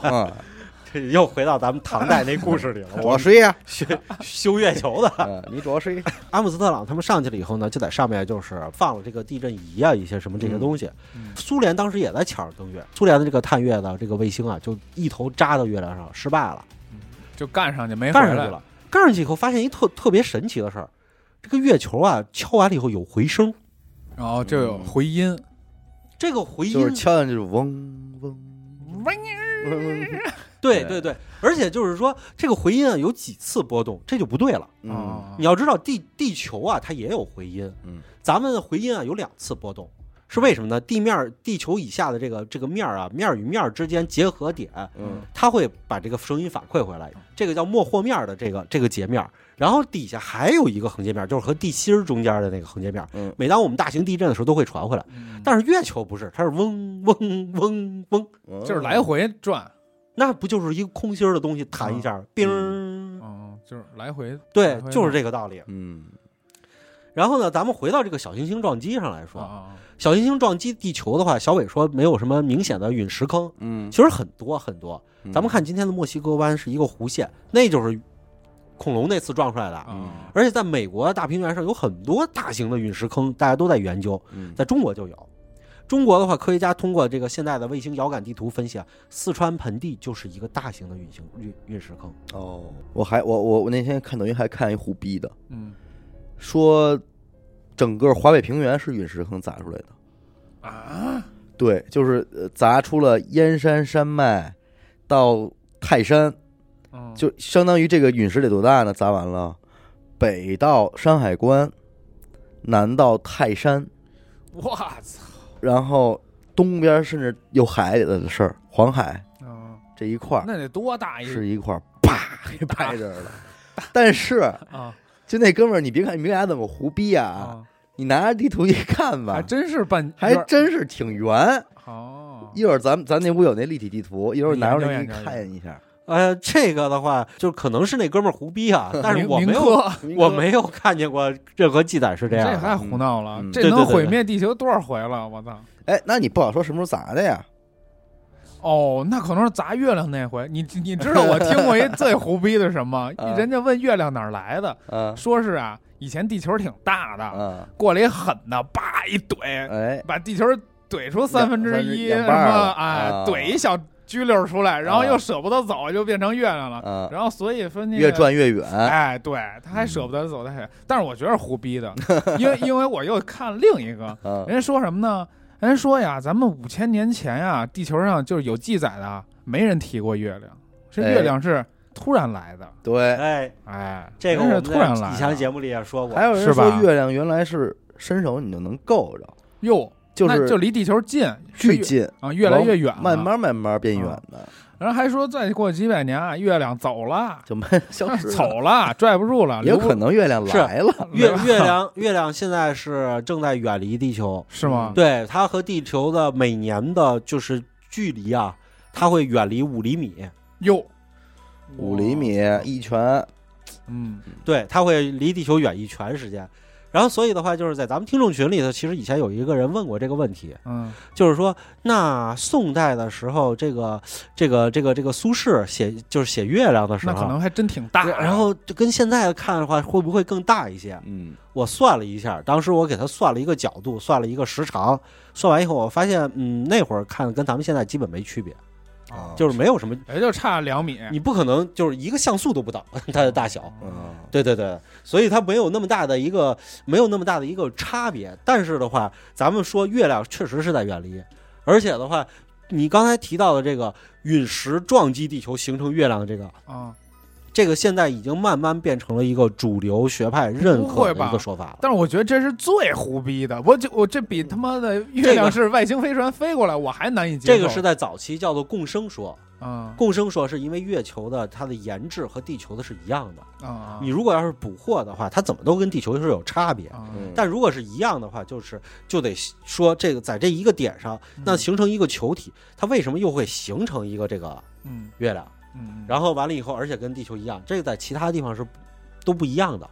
[SPEAKER 1] 嗯，
[SPEAKER 2] 又回到咱们唐代那故事里了。
[SPEAKER 1] *laughs* 主
[SPEAKER 2] 我
[SPEAKER 1] 要
[SPEAKER 2] 是
[SPEAKER 1] 谁呀？
[SPEAKER 2] 修修月球的
[SPEAKER 1] 嗯你主要谁？
[SPEAKER 2] 阿姆斯特朗他们上去了以后呢，就在上面就是放了这个地震仪啊，一些什么这些东西。
[SPEAKER 3] 嗯嗯
[SPEAKER 2] 苏联当时也在抢着登月，苏联的这个探月的这个卫星啊，就一头扎到月亮上，失败了。
[SPEAKER 3] 就干上去没回
[SPEAKER 2] 干上
[SPEAKER 3] 来
[SPEAKER 2] 去。了，干上去以后发现一特特别神奇的事儿，这个月球啊敲完了以后有回声，
[SPEAKER 3] 然后就有回音，
[SPEAKER 2] 这个回音，
[SPEAKER 1] 就是敲上去就是嗡嗡嗡嗡，
[SPEAKER 2] 对
[SPEAKER 1] 对
[SPEAKER 2] 对对，而且就是说这个回音啊有几次波动，这就不对了。
[SPEAKER 1] 嗯，
[SPEAKER 3] 啊
[SPEAKER 2] 你要知道地地球啊它也有回音，
[SPEAKER 1] 嗯，
[SPEAKER 2] 咱们的回音啊有两次波动。是为什么呢？地面儿地球以下的这个这个面儿啊，面儿与面儿之间结合点，
[SPEAKER 1] 嗯，
[SPEAKER 2] 它会把这个声音反馈回来，这个叫莫和面儿的这个这个截面儿，然后底下还有一个横截面儿，就是和地心儿中间的那个横截面儿。
[SPEAKER 1] 嗯
[SPEAKER 2] 每当我们大型地震的时候都会传回来，但是月球不是，它是嗡嗡嗡嗡，
[SPEAKER 1] 嗯
[SPEAKER 3] 就是来回转，
[SPEAKER 2] 那不就是一个空心儿的东西弹一下，叮儿，
[SPEAKER 3] 嗯，啊就是来回，
[SPEAKER 2] 对，就是
[SPEAKER 3] 这
[SPEAKER 2] 这个道理。
[SPEAKER 1] 嗯
[SPEAKER 2] 然后呢，咱们回到这个小行星撞击上来说，
[SPEAKER 3] 啊，
[SPEAKER 2] 小行星撞击地球的话，小伟说没有什么明显的陨石坑，
[SPEAKER 1] 嗯，
[SPEAKER 2] 其实很多很多。
[SPEAKER 1] 嗯
[SPEAKER 2] 咱们看今天的墨西哥湾是一个弧线，那就是恐龙那次撞出来的。
[SPEAKER 3] 啊
[SPEAKER 2] 而且在美国大平原上有很多大型的陨石坑，大家都在研究，
[SPEAKER 1] 嗯
[SPEAKER 2] 在中国就有。中国的话，科学家通过这个现代的卫星遥感地图分析啊，四川盆地就是一个大型的陨星陨陨石坑。
[SPEAKER 1] 哦，我还我我我那天看抖音还看一虎逼的，
[SPEAKER 3] 嗯
[SPEAKER 1] 说整个华北平原是陨石坑砸出来的。
[SPEAKER 3] 啊，
[SPEAKER 1] 对，就是呃砸出了燕山山脉到泰山，
[SPEAKER 3] 嗯
[SPEAKER 1] 就相当于这个陨石得多大呢？砸完了，北到山海关，南到泰山，
[SPEAKER 3] 我操，
[SPEAKER 1] 然后东边甚至有海里的事儿，黄海
[SPEAKER 3] 嗯，
[SPEAKER 1] 这一块儿
[SPEAKER 3] 那得多大一
[SPEAKER 1] 是一块儿，啪给拍这儿了。但是
[SPEAKER 3] 啊
[SPEAKER 1] 就那哥们儿，你别看你别看他怎么胡逼啊，
[SPEAKER 3] 啊，
[SPEAKER 1] 你拿着地图一看
[SPEAKER 3] 还
[SPEAKER 1] 吧，
[SPEAKER 3] 真是半，
[SPEAKER 1] 还真是挺圆。
[SPEAKER 3] 好，
[SPEAKER 1] 一会儿咱们咱那屋有那立体地图，一会儿拿出来
[SPEAKER 3] 研
[SPEAKER 1] 给你
[SPEAKER 3] 究研究
[SPEAKER 1] 看一下。
[SPEAKER 2] 呃，这个的话，就可能是那哥们儿胡逼
[SPEAKER 3] *laughs*
[SPEAKER 2] 啊，但是我没有，我没有看见过任何记载是这
[SPEAKER 3] 这
[SPEAKER 2] 样的。
[SPEAKER 3] 太胡闹了，
[SPEAKER 1] 嗯
[SPEAKER 3] 这
[SPEAKER 2] 对对
[SPEAKER 3] 能
[SPEAKER 2] 对
[SPEAKER 3] 毁
[SPEAKER 2] 对
[SPEAKER 3] 灭地球多少回了？我操！
[SPEAKER 1] 哎，那你不好说什么时候砸的呀？？
[SPEAKER 3] 哦，那可能是砸月亮那回。你你知道我听过一最胡逼的什么
[SPEAKER 1] 啊
[SPEAKER 3] 人家问月亮哪儿来的，
[SPEAKER 1] 啊
[SPEAKER 3] 说是啊，以前地球挺大的，
[SPEAKER 1] 啊，
[SPEAKER 3] 过来一狠的，叭一怼，
[SPEAKER 1] 哎，
[SPEAKER 3] 把地球怼出三分之一
[SPEAKER 1] 两
[SPEAKER 3] 什
[SPEAKER 1] 两半儿
[SPEAKER 3] 么
[SPEAKER 1] 了
[SPEAKER 3] 哎
[SPEAKER 1] 啊，
[SPEAKER 3] 怼一小居溜出来，然后
[SPEAKER 1] 啊
[SPEAKER 3] 又舍不得走，就变成月亮了。
[SPEAKER 1] 啊，
[SPEAKER 3] 然后所以说那个
[SPEAKER 1] 越转越
[SPEAKER 2] 啊
[SPEAKER 1] 远，
[SPEAKER 3] 哎，对，他还舍不得走，他还，但是我觉得是胡逼的， *laughs* 因为因为我又看另
[SPEAKER 2] *laughs*
[SPEAKER 3] 一个，
[SPEAKER 1] 嗯
[SPEAKER 3] 人家说什么呢？人家说呀，咱们五千年前呀，地球上就是有记载的啊，没人提过月亮，这
[SPEAKER 1] 哎
[SPEAKER 3] 月亮是突然来的，
[SPEAKER 1] 对。
[SPEAKER 2] 哎，
[SPEAKER 3] 哎，
[SPEAKER 2] 这个
[SPEAKER 3] 真
[SPEAKER 2] 我
[SPEAKER 3] 是
[SPEAKER 2] 们
[SPEAKER 3] 突然来
[SPEAKER 2] 在
[SPEAKER 3] 的，
[SPEAKER 2] 以前节目里也说过
[SPEAKER 1] 还，有人
[SPEAKER 3] 是
[SPEAKER 1] 说
[SPEAKER 3] 吧
[SPEAKER 1] 月亮原来是伸手你就能够着，
[SPEAKER 3] 哟，
[SPEAKER 1] 就
[SPEAKER 3] 那
[SPEAKER 1] 是
[SPEAKER 3] 就离地球近，是
[SPEAKER 1] 巨
[SPEAKER 3] 越
[SPEAKER 1] 近，
[SPEAKER 3] 啊，越来越远，嗯
[SPEAKER 1] 慢。慢慢慢变远的，
[SPEAKER 3] 然后还说再过几百年啊，月亮走了，
[SPEAKER 1] 就慢消
[SPEAKER 2] 啊
[SPEAKER 3] *laughs*
[SPEAKER 1] 失了。
[SPEAKER 3] 走了，拽不住了，
[SPEAKER 1] 也有
[SPEAKER 3] 留不哦
[SPEAKER 1] 可能月亮来了，
[SPEAKER 2] 月
[SPEAKER 3] *laughs*
[SPEAKER 2] 月亮月亮现在是正在远离地球，
[SPEAKER 3] 是吗？
[SPEAKER 2] 对它和地球的每年的就是距离啊，它会远离五厘米，
[SPEAKER 3] 哟，
[SPEAKER 1] 五厘米一拳，
[SPEAKER 3] 嗯，
[SPEAKER 2] 对，它会离地球远一圈时间。然后，所以的话，就是在咱们听众群里头，其实以前有一个人问过这个问题，
[SPEAKER 3] 嗯
[SPEAKER 2] 就是说，那宋代的时候，这个、这个、这个、这个苏轼写就是写月亮的时
[SPEAKER 3] 那
[SPEAKER 2] 候，
[SPEAKER 3] 可能还真挺大。啊
[SPEAKER 2] 然然后就跟现在看的话，会不会更大一些？
[SPEAKER 1] 嗯，
[SPEAKER 2] 我算了一下，当时我给它算了一个角度，算了一个时长，算完以后，我发现，嗯，那会儿看跟咱们现在基本没区别，
[SPEAKER 3] 啊
[SPEAKER 2] 就是没有什么，
[SPEAKER 3] 也就差两米，
[SPEAKER 2] 你不可能就是一个像素都不到它的大小。
[SPEAKER 1] 嗯
[SPEAKER 2] 对对对，所以它没有那么大的一个没有那么大的一个差别。但是的话，咱们说月亮确实是在远离，而且的话，你刚才提到的这个陨石撞击地球形成月亮的这个，
[SPEAKER 3] 啊。
[SPEAKER 2] 这个现在已经慢慢变成了一个主流学派认可的一个说法了。
[SPEAKER 3] 但是我觉得这是最胡逼的，我就我这比他妈的月亮是外星飞船飞过来，我还难以接受。
[SPEAKER 2] 这个是在早期叫做共生说，
[SPEAKER 3] 啊
[SPEAKER 2] 共生说是因为月球的它的颜值和地球的是一样的，
[SPEAKER 3] 啊
[SPEAKER 2] 你如果要是捕获的话，它怎么都跟地球是有差别。
[SPEAKER 3] 啊！
[SPEAKER 1] 嗯
[SPEAKER 2] 但如果是一样的话，就是就得说这个在这一个点上，
[SPEAKER 3] 嗯
[SPEAKER 2] 那形成一个球体，它为什么又会形成一个这个
[SPEAKER 3] 嗯
[SPEAKER 2] 月亮？
[SPEAKER 3] 嗯，
[SPEAKER 2] 然后完了以后，而且跟地球一样，这个在其他地方是都不一样的，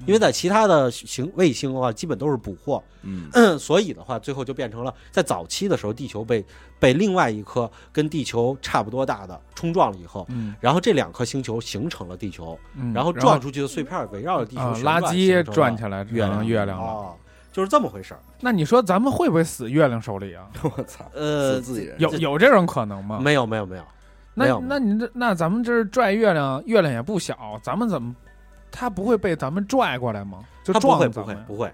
[SPEAKER 3] 嗯
[SPEAKER 2] 因为在其他的行卫星的话，基本都是捕获， *clears throat*
[SPEAKER 1] 嗯，
[SPEAKER 2] 所以的话，最后就变成了在早期的时候，地球被被另外一颗跟地球差不多大的冲撞了以后。
[SPEAKER 3] 嗯，
[SPEAKER 2] 然后这两颗星球形成了地球，
[SPEAKER 3] 嗯
[SPEAKER 2] 然后撞出去的碎片围绕着地球
[SPEAKER 3] 啊
[SPEAKER 2] 旋
[SPEAKER 3] 垃
[SPEAKER 2] 转
[SPEAKER 3] 圾
[SPEAKER 2] 形成
[SPEAKER 3] 转
[SPEAKER 2] 了
[SPEAKER 3] 起来
[SPEAKER 2] 月亮
[SPEAKER 3] 月亮了。
[SPEAKER 2] 哦，就是这么回事儿。
[SPEAKER 3] 那你说咱们会不会死月亮手里啊？
[SPEAKER 1] *laughs* 我操，
[SPEAKER 2] 呃
[SPEAKER 1] 死，自己人，
[SPEAKER 3] 有有这种可能吗？
[SPEAKER 2] 没有没有没有，没
[SPEAKER 3] 那
[SPEAKER 2] 有
[SPEAKER 3] 那你这那咱们这拽月亮，月亮也不小，咱们怎么它不会被咱们拽过来吗？就
[SPEAKER 2] 它不会
[SPEAKER 3] 撞
[SPEAKER 2] 不
[SPEAKER 3] 咱
[SPEAKER 2] 会
[SPEAKER 3] 们
[SPEAKER 2] 不会。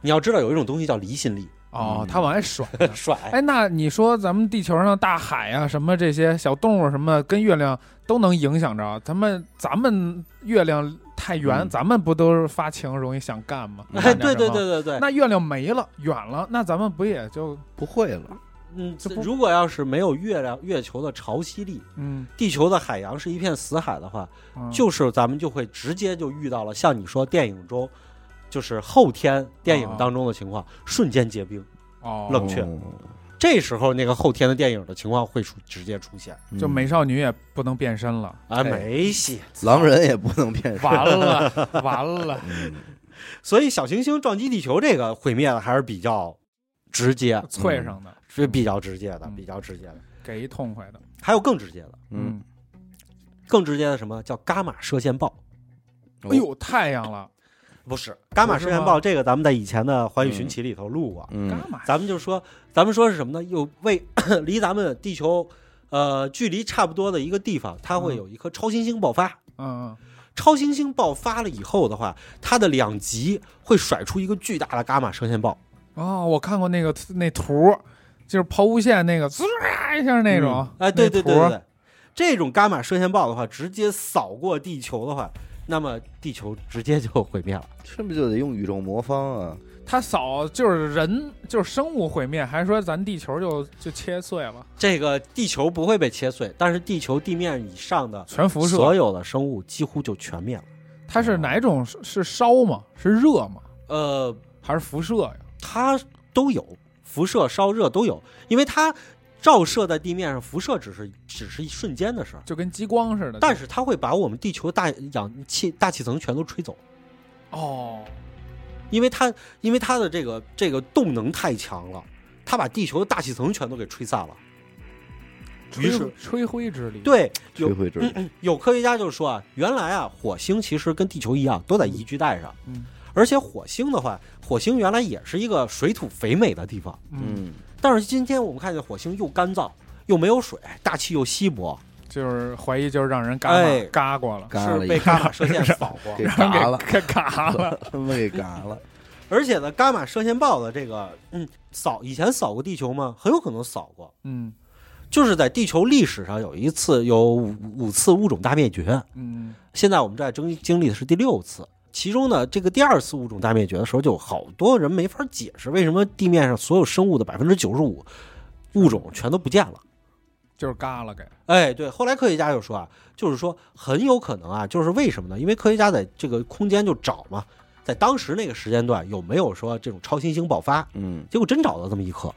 [SPEAKER 2] 你要知道有一种东西叫离心力，
[SPEAKER 3] 哦
[SPEAKER 1] 嗯，
[SPEAKER 3] 它往
[SPEAKER 2] *laughs*
[SPEAKER 3] 外甩呢。
[SPEAKER 2] 甩
[SPEAKER 3] 哎，那你说咱们地球上的大海啊，什么这些小动物什么，跟月亮都能影响着咱们。咱们月亮太圆，
[SPEAKER 1] 嗯
[SPEAKER 3] 咱们不都是发情容易想干吗？
[SPEAKER 1] 哎
[SPEAKER 2] 哎，
[SPEAKER 3] 干
[SPEAKER 2] 对
[SPEAKER 3] 点
[SPEAKER 2] 对
[SPEAKER 3] 什么。
[SPEAKER 2] 对对对，
[SPEAKER 3] 那月亮没了，远了，那咱们不也就
[SPEAKER 1] 不会了，
[SPEAKER 2] 嗯
[SPEAKER 3] 这，不
[SPEAKER 2] 如果要是没有月亮月球的潮汐力，
[SPEAKER 3] 嗯，
[SPEAKER 2] 地球的海洋是一片死海的话，
[SPEAKER 3] 嗯
[SPEAKER 2] 就是咱们就会直接就遇到了像你说电影中，就是后天电影当中的情况，
[SPEAKER 3] 啊
[SPEAKER 2] 瞬间结冰，
[SPEAKER 3] 哦，
[SPEAKER 2] 冷却
[SPEAKER 1] 哦
[SPEAKER 2] 这时候那个后天的电影的情况会出直接出现
[SPEAKER 1] 嗯
[SPEAKER 3] 就美少女也不能变身了，
[SPEAKER 2] 啊，没戏。
[SPEAKER 1] 狼人也不能
[SPEAKER 2] 嗯
[SPEAKER 1] 变身，
[SPEAKER 3] 完了完
[SPEAKER 2] *laughs*
[SPEAKER 3] 了，
[SPEAKER 1] 嗯
[SPEAKER 2] 所以小行星撞击地球这个毁灭的还是比较直接，
[SPEAKER 3] 脆上的，
[SPEAKER 2] 是比较直接的，
[SPEAKER 3] 嗯
[SPEAKER 2] 比较直接的。
[SPEAKER 3] 给一痛快的，
[SPEAKER 2] 还有更直接的，
[SPEAKER 1] 嗯，，
[SPEAKER 2] 更直接的什么叫伽马射线暴？
[SPEAKER 1] 哦
[SPEAKER 3] 哎呦，太阳了，
[SPEAKER 2] 不是伽马射线暴，这个咱们在以前的《环宇寻奇》里头录过。
[SPEAKER 1] 嗯，
[SPEAKER 3] 干嘛？
[SPEAKER 2] 咱们就说，咱们说是什么呢？又为 *coughs* 离咱们地球，呃，距离差不多的一个地方，它会
[SPEAKER 3] 嗯
[SPEAKER 2] 有一颗超新星爆发。
[SPEAKER 3] 嗯
[SPEAKER 2] 超新星爆发了以后的话，它的两极会甩出一个巨大的伽马射线暴。
[SPEAKER 3] 嗯，哦，我看过那个那图，就是抛物线那个，呲一下那种，
[SPEAKER 2] 嗯哎，对
[SPEAKER 3] 那
[SPEAKER 2] 对对
[SPEAKER 3] 图
[SPEAKER 2] 对对，这种伽马射线暴的话，直接扫过地球的话，那么地球直接就毁灭了。
[SPEAKER 1] 是不是就得用宇宙魔方啊？
[SPEAKER 3] 他扫就是人，就是生物毁灭，还是说咱地球就就切碎了，
[SPEAKER 2] 这个地球不会被切碎，但是地球地面以上的
[SPEAKER 3] 全辐
[SPEAKER 2] 所
[SPEAKER 3] 射？
[SPEAKER 2] 有的生物几乎就全灭了。
[SPEAKER 3] 它是哪种？是是烧吗？是热吗？
[SPEAKER 2] 呃，
[SPEAKER 3] 还是辐射呀？
[SPEAKER 2] 它都有辐射、烧热都有，因为它照射在地面上，辐射只是只是一瞬间的事儿，
[SPEAKER 3] 就跟激光似的。
[SPEAKER 2] 但
[SPEAKER 3] 就是
[SPEAKER 2] 它会把我们地球大氧气大气层全都吹走。
[SPEAKER 3] 哦，
[SPEAKER 2] 因为它因为它的这个这个动能太强了，它把地球的大气层全都给吹散了。于
[SPEAKER 3] 吹
[SPEAKER 2] 是
[SPEAKER 3] 吹灰之力。，
[SPEAKER 2] 对，
[SPEAKER 1] 摧
[SPEAKER 2] 有
[SPEAKER 1] 毁之力，
[SPEAKER 2] 有科学家就说啊，原来啊，火星其实跟地球一样都在宜居带上，
[SPEAKER 3] 嗯
[SPEAKER 2] 而且火星的话，火星原来也是一个水土肥美的地方，
[SPEAKER 3] 嗯
[SPEAKER 1] 嗯，
[SPEAKER 2] 但是今天我们看见火星又干燥，又没有水，大气又稀薄，
[SPEAKER 3] 就是怀疑就是让人嘎
[SPEAKER 2] 哎
[SPEAKER 3] 嘎过了，
[SPEAKER 1] 嗯嘎
[SPEAKER 2] 是
[SPEAKER 1] 了一
[SPEAKER 2] 被
[SPEAKER 1] 下，
[SPEAKER 2] 伽马射线扫过。
[SPEAKER 1] 给
[SPEAKER 3] 让
[SPEAKER 1] 嘎
[SPEAKER 3] 人
[SPEAKER 1] 了，
[SPEAKER 3] *laughs* 给
[SPEAKER 2] *laughs*
[SPEAKER 3] 嘎了，
[SPEAKER 1] *laughs* 他们给嘎了，
[SPEAKER 2] 而且呢，伽马射线暴的这个，嗯，扫以前扫过地球吗？很有可能扫过，
[SPEAKER 3] 嗯
[SPEAKER 2] 就是在地球历史上有一次有五五次物种大灭绝，
[SPEAKER 3] 嗯
[SPEAKER 2] 现在我们正在经经历的是第六次。其中呢，这个第二次物种大灭绝的时候，就有好多人没法解释为什么地面上所有生物的百分之九十五物种全都不见了。
[SPEAKER 3] 就是嘎了给，
[SPEAKER 2] 哎，对，后来科学家就说啊，就是说很有可能啊，就是为什么呢？因为科学家在这个空间就找嘛，在当时那个时间段有没有说这种超新星爆发？
[SPEAKER 1] 嗯，
[SPEAKER 2] 结果真找到这么一颗，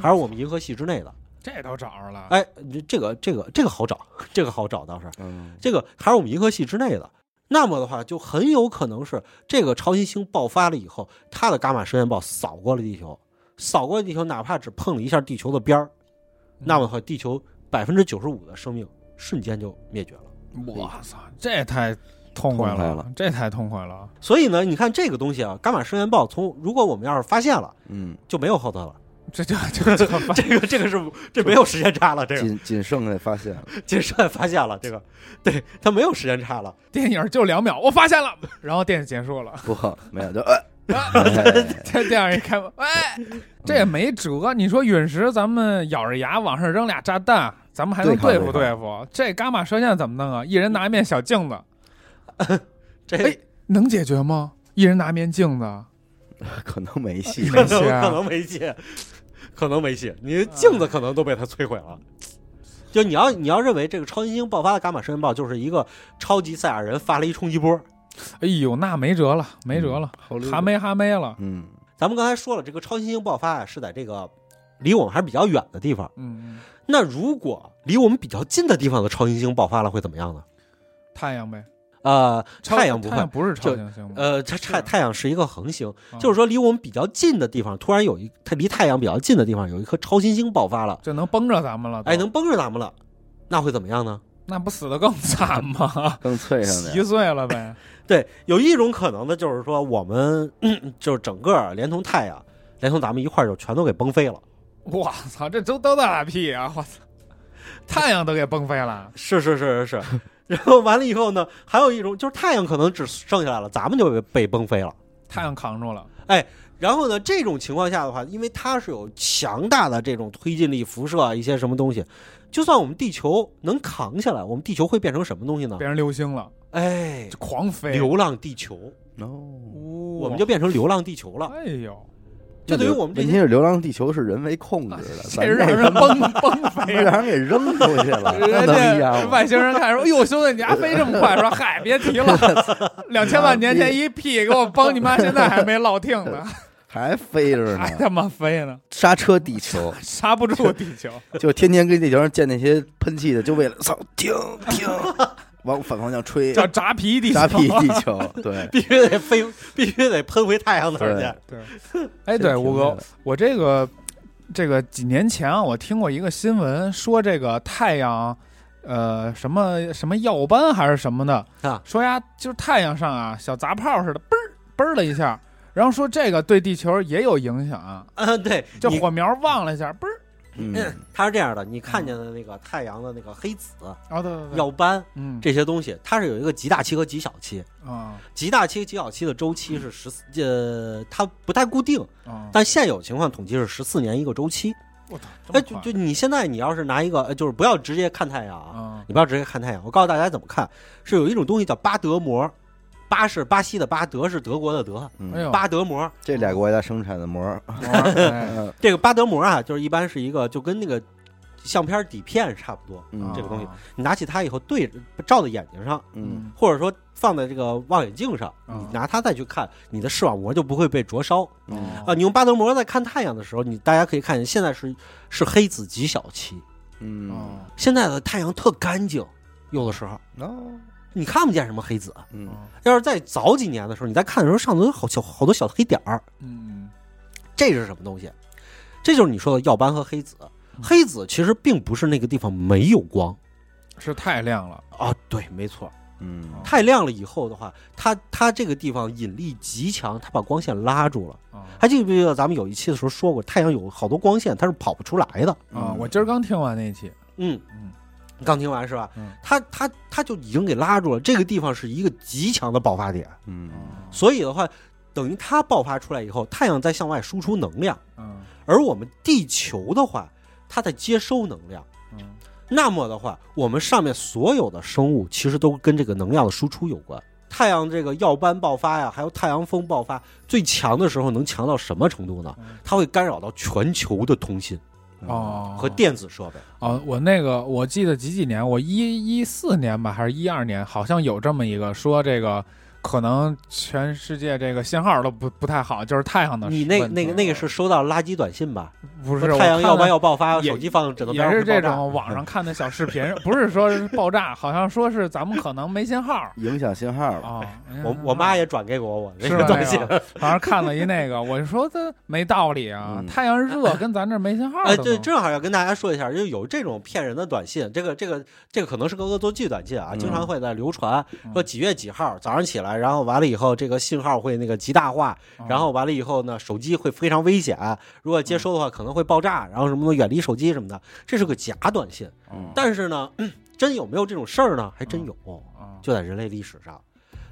[SPEAKER 2] 还是我们银河系之内的。
[SPEAKER 3] 这都找着了，
[SPEAKER 2] 哎，这这个这个这个好找，这个好找倒是
[SPEAKER 1] 嗯，
[SPEAKER 2] 这个还是我们银河系之内的。那么的话，就很有可能是这个超新星爆发了以后，它的伽马射线暴扫过了地球，扫过了地球，哪怕只碰了一下地球的边儿，
[SPEAKER 3] 嗯
[SPEAKER 2] 那么的话，地球百分之九十五的生命瞬间就灭绝了。
[SPEAKER 3] 我操，这太痛快
[SPEAKER 1] 痛快了
[SPEAKER 3] 这太痛快了，
[SPEAKER 2] 所以呢，你看这个东西啊，伽马射线暴从如果我们要是发现了，
[SPEAKER 1] 嗯，
[SPEAKER 2] 就没有后头了。 *laughs*
[SPEAKER 3] 这就就就
[SPEAKER 2] 这个这个是这没有时间差了，这个
[SPEAKER 1] 仅仅剩下发现了，
[SPEAKER 2] 谨慎发现了，这个对它没有时间差了。
[SPEAKER 3] 电影就两秒，我发现了，然后电影结束了，
[SPEAKER 1] 不，没有，就哎， *laughs*
[SPEAKER 3] 啊
[SPEAKER 1] 哎
[SPEAKER 3] 这电影一开门，哎，这也没辙。你说陨石，咱们咬着牙往上扔俩炸弹，咱们还能
[SPEAKER 1] 对
[SPEAKER 3] 对
[SPEAKER 1] 抗
[SPEAKER 3] 付
[SPEAKER 1] 对
[SPEAKER 3] 对付？这伽马射线怎么弄啊？一人拿一面小镜子，
[SPEAKER 2] 这
[SPEAKER 3] 哎能解决吗？一人拿面镜子，
[SPEAKER 1] 可能没戏，
[SPEAKER 2] 可 *laughs*
[SPEAKER 3] 没
[SPEAKER 2] 能
[SPEAKER 3] 戏啊
[SPEAKER 2] 可能没戏，可能没戏，你镜子可能都被它摧毁了。就你要你要认为这个超新星爆发的伽马射线暴就是一个超级赛亚人发了一冲击波。
[SPEAKER 3] 哎呦，那没辙了，没辙了，
[SPEAKER 2] 嗯
[SPEAKER 1] 好溜达
[SPEAKER 3] 哈，没哈没了。
[SPEAKER 1] 嗯，
[SPEAKER 2] 咱们刚才说了，这个超新星爆发啊是在这个离我们还是比较远的地方。
[SPEAKER 3] 嗯，嗯
[SPEAKER 2] 那如果离我们比较近的地方的超新星爆发了会怎么样呢？
[SPEAKER 3] 太阳呗，
[SPEAKER 2] 呃，
[SPEAKER 3] 超
[SPEAKER 2] 太阳不
[SPEAKER 3] 太
[SPEAKER 2] 会
[SPEAKER 3] 阳，不是超
[SPEAKER 2] 就
[SPEAKER 3] 新星吧？
[SPEAKER 2] 呃，它太太阳是一个恒星，
[SPEAKER 3] 啊
[SPEAKER 2] 就是说离我们比较近的地方，突然有一它离太阳比较近的地方有一颗超新星爆发了，
[SPEAKER 3] 就能崩着咱们了。
[SPEAKER 2] 哎，能，崩着咱们了，那会怎么样呢？
[SPEAKER 3] 那不死的更惨吗？
[SPEAKER 1] 更脆上
[SPEAKER 3] 稀
[SPEAKER 1] 点，
[SPEAKER 3] 碎了呗。
[SPEAKER 2] 对，有一种可能呢，就是说我们、 *clears throat* 嗯就是整个连同太阳，连同咱们一块儿就全都给崩飞了。
[SPEAKER 3] 我操，这都都大屁啊！我操，太阳都给崩飞了。
[SPEAKER 2] 是是是是是。 *laughs* 然后完了以后呢，还有一种就是太阳可能只剩下来了，咱们就被被崩飞了。
[SPEAKER 3] 太阳扛住了，
[SPEAKER 2] 然后呢，这种情况下的话，因为它是有强大的这种推进力、辐射啊，一些什么东西，就算我们地球能扛下来，我们地球会变成什么东西呢？
[SPEAKER 3] 变成流星了，
[SPEAKER 2] 哎
[SPEAKER 3] 就，狂飞。
[SPEAKER 2] 流浪地球，
[SPEAKER 1] 哦，
[SPEAKER 2] 我
[SPEAKER 3] 我
[SPEAKER 2] 们就变成流浪地球了。
[SPEAKER 3] 哎呦，
[SPEAKER 2] 这对于我们这
[SPEAKER 1] 问题
[SPEAKER 2] 些
[SPEAKER 1] 是《流浪地球》是人为控制的，
[SPEAKER 3] 这
[SPEAKER 1] 咱
[SPEAKER 3] 啊是让
[SPEAKER 1] 这
[SPEAKER 3] 人崩
[SPEAKER 1] *laughs*
[SPEAKER 3] 崩
[SPEAKER 1] 他妈
[SPEAKER 3] 飞
[SPEAKER 1] 让。人给扔出去了，那
[SPEAKER 3] 人
[SPEAKER 1] 能一
[SPEAKER 3] 家
[SPEAKER 1] 样吗？
[SPEAKER 3] 外星人看说：“哎呦，兄弟，你还飞这么快？”说：“嗨，别提 *laughs* 了，两千万年前一屁给我崩，你妈现在还没落听 *laughs* 呢，
[SPEAKER 1] *laughs* 还 *laughs* 飞着
[SPEAKER 3] 还
[SPEAKER 1] 呢，
[SPEAKER 3] 他妈飞呢，
[SPEAKER 1] 刹车地球，
[SPEAKER 3] 刹不住地球。 *laughs*
[SPEAKER 1] 就天天跟地球上建那些喷气的，就为了操停停，往反方向吹，”
[SPEAKER 3] 叫扎皮地球。
[SPEAKER 1] 扎屁地球，对，
[SPEAKER 2] *laughs* 必须得飞，必须得喷回太阳那儿
[SPEAKER 1] 对
[SPEAKER 2] 去。
[SPEAKER 3] 对， *laughs* 哎，对，
[SPEAKER 1] 真停
[SPEAKER 3] 吴
[SPEAKER 1] 下
[SPEAKER 3] 哥
[SPEAKER 1] 来，
[SPEAKER 3] 我这个这个几年前啊，我听过一个新闻，说这个太阳，呃，什么什么耀斑还是什么的
[SPEAKER 2] 啊
[SPEAKER 3] 说呀，就是太阳上啊，小杂炮似的，嘣儿嘣儿了一下，然后说这个对地球也有影响啊，
[SPEAKER 2] 嗯， *laughs* 对，
[SPEAKER 3] 就
[SPEAKER 2] 你
[SPEAKER 3] 火苗忘了一下，嘣儿，
[SPEAKER 1] 嗯，
[SPEAKER 2] 它是这样的，你
[SPEAKER 3] 嗯
[SPEAKER 2] 看见的那个太阳的那个黑子、
[SPEAKER 3] 哦，对对对，
[SPEAKER 2] 耀斑
[SPEAKER 3] 嗯
[SPEAKER 2] 这些东西，它是有一个极大期和极小期。
[SPEAKER 3] 啊
[SPEAKER 2] 极大期、极小期的周期是十四，呃，它不太固定，
[SPEAKER 3] 啊，
[SPEAKER 2] 但现有情况统计是十四年一个周期。
[SPEAKER 3] 我操，这
[SPEAKER 2] 哎，
[SPEAKER 3] 么
[SPEAKER 2] 就
[SPEAKER 3] 快
[SPEAKER 2] 就你现在你要是拿一个，呃就是不要直接看太阳啊，
[SPEAKER 3] 啊
[SPEAKER 2] 你不要直接看太阳。我告诉大家怎么看，是有一种东西叫巴德膜，巴是巴西的巴，德是德国的德，
[SPEAKER 1] 嗯
[SPEAKER 3] 哎呦
[SPEAKER 2] 巴德膜。
[SPEAKER 1] 这俩国家生产的膜儿，
[SPEAKER 3] 哎
[SPEAKER 1] 嗯
[SPEAKER 2] 这个巴德膜啊，就是一般是一个就跟那个相片底片差不多，
[SPEAKER 3] 啊
[SPEAKER 1] 嗯
[SPEAKER 2] 这个东西你拿起它以后对着照在眼睛上，
[SPEAKER 1] 嗯，
[SPEAKER 2] 或者说放在这个望远镜上，
[SPEAKER 3] 嗯
[SPEAKER 2] 你拿它再去看，你的视网膜就不会被灼烧
[SPEAKER 1] 嗯
[SPEAKER 2] 啊。你用巴德膜在看太阳的时候，你大家可以看见现在是是黑子极小期，
[SPEAKER 1] 嗯，
[SPEAKER 3] 哦
[SPEAKER 2] 现在的太阳特干净，有的时候
[SPEAKER 1] 哦，
[SPEAKER 2] 你看不见什么黑子。啊
[SPEAKER 1] 嗯，
[SPEAKER 2] 要是在早几年的时候，你在看的时候，上头有好小好多小黑点儿，
[SPEAKER 3] 嗯
[SPEAKER 2] 这是什么东西？这就是你说的耀斑和黑子。
[SPEAKER 3] 嗯
[SPEAKER 2] 黑子其实并不是那个地方没有光
[SPEAKER 3] 是太亮了，
[SPEAKER 2] 哦啊，对，没错，
[SPEAKER 1] 嗯
[SPEAKER 2] 太亮了以后的话，它它这个地方引力极强，它把光线拉住了。
[SPEAKER 3] 啊
[SPEAKER 2] 还记不记得咱们有一期的时候说过，太阳有好多光线它是跑不出来的。
[SPEAKER 3] 啊！我今儿刚听完那期，
[SPEAKER 2] 嗯
[SPEAKER 3] 嗯，
[SPEAKER 2] 刚听完是吧
[SPEAKER 3] 嗯？
[SPEAKER 2] 它它它就已经给拉住了。这个地方是一个极强的爆发点，
[SPEAKER 1] 嗯
[SPEAKER 2] 所以的话，等于它爆发出来以后，太阳在向外输出能量，
[SPEAKER 3] 嗯
[SPEAKER 2] 而我们地球的话，它在接收能量。
[SPEAKER 3] 嗯
[SPEAKER 2] 那么的话，我们上面所有的生物其实都跟这个能量的输出有关。太阳这个耀斑爆发呀，还有太阳风爆发，最强的时候能强到什么程度呢
[SPEAKER 3] 嗯？
[SPEAKER 2] 它会干扰到全球的通信
[SPEAKER 3] 哦
[SPEAKER 2] 和电子设备。
[SPEAKER 3] 哦，我那个我记得几几年，我一一四年吧，还是一二年，好像有这么一个说这个。可能全世界这个信号都不不太好，就是太阳的问题。
[SPEAKER 2] 你
[SPEAKER 3] 啊
[SPEAKER 2] 那那个那个是收到垃圾短信吧？
[SPEAKER 3] 不是
[SPEAKER 2] 说太阳
[SPEAKER 3] 我看
[SPEAKER 2] 耀
[SPEAKER 3] 的
[SPEAKER 2] 斑要爆发，
[SPEAKER 3] 也
[SPEAKER 2] 手机放枕头边
[SPEAKER 3] 也
[SPEAKER 2] 儿
[SPEAKER 3] 是
[SPEAKER 2] 会
[SPEAKER 3] 这
[SPEAKER 2] 爆炸
[SPEAKER 3] 种网上看的小视
[SPEAKER 2] *laughs*
[SPEAKER 3] 频，不是说是爆炸，好像说是咱们可能没信号啊
[SPEAKER 1] 嗯影响信号了，
[SPEAKER 3] 哦。
[SPEAKER 2] 哎我我妈也转给我我这
[SPEAKER 3] 是
[SPEAKER 2] 个
[SPEAKER 3] 吧 *laughs*
[SPEAKER 2] 短信，
[SPEAKER 3] 那个好像看了一那个，我说这没道理啊
[SPEAKER 1] 嗯，
[SPEAKER 3] 太阳热跟咱这没信号
[SPEAKER 2] 哎，
[SPEAKER 3] 都
[SPEAKER 2] 对，
[SPEAKER 3] 能
[SPEAKER 2] 正好要跟大家说一下，就有这种骗人的短信，这个这个这个可能是个恶作剧短信啊，
[SPEAKER 1] 嗯
[SPEAKER 2] 经常会在流传
[SPEAKER 3] 嗯
[SPEAKER 2] 说几月几号早上起来，然后完了以后这个信号会那个极大化，
[SPEAKER 3] 哦嗯
[SPEAKER 2] 然后完了以后呢手机会非常危险，如果接收的话可能会爆炸，然后什么的远离手机什么的，这是个假短信。
[SPEAKER 1] 嗯
[SPEAKER 2] 但是呢， *clears throat* 嗯真有没有这种事儿呢？还真有，
[SPEAKER 3] 啊
[SPEAKER 2] 就在人类历史上，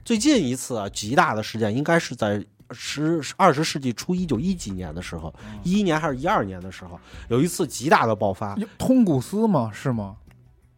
[SPEAKER 2] 最近一次啊极大的事件应该是在十二十世纪初一九一几年的时候，一一年还是一二年的时候，有一次极大的爆发。
[SPEAKER 3] 有通古斯吗？是吗？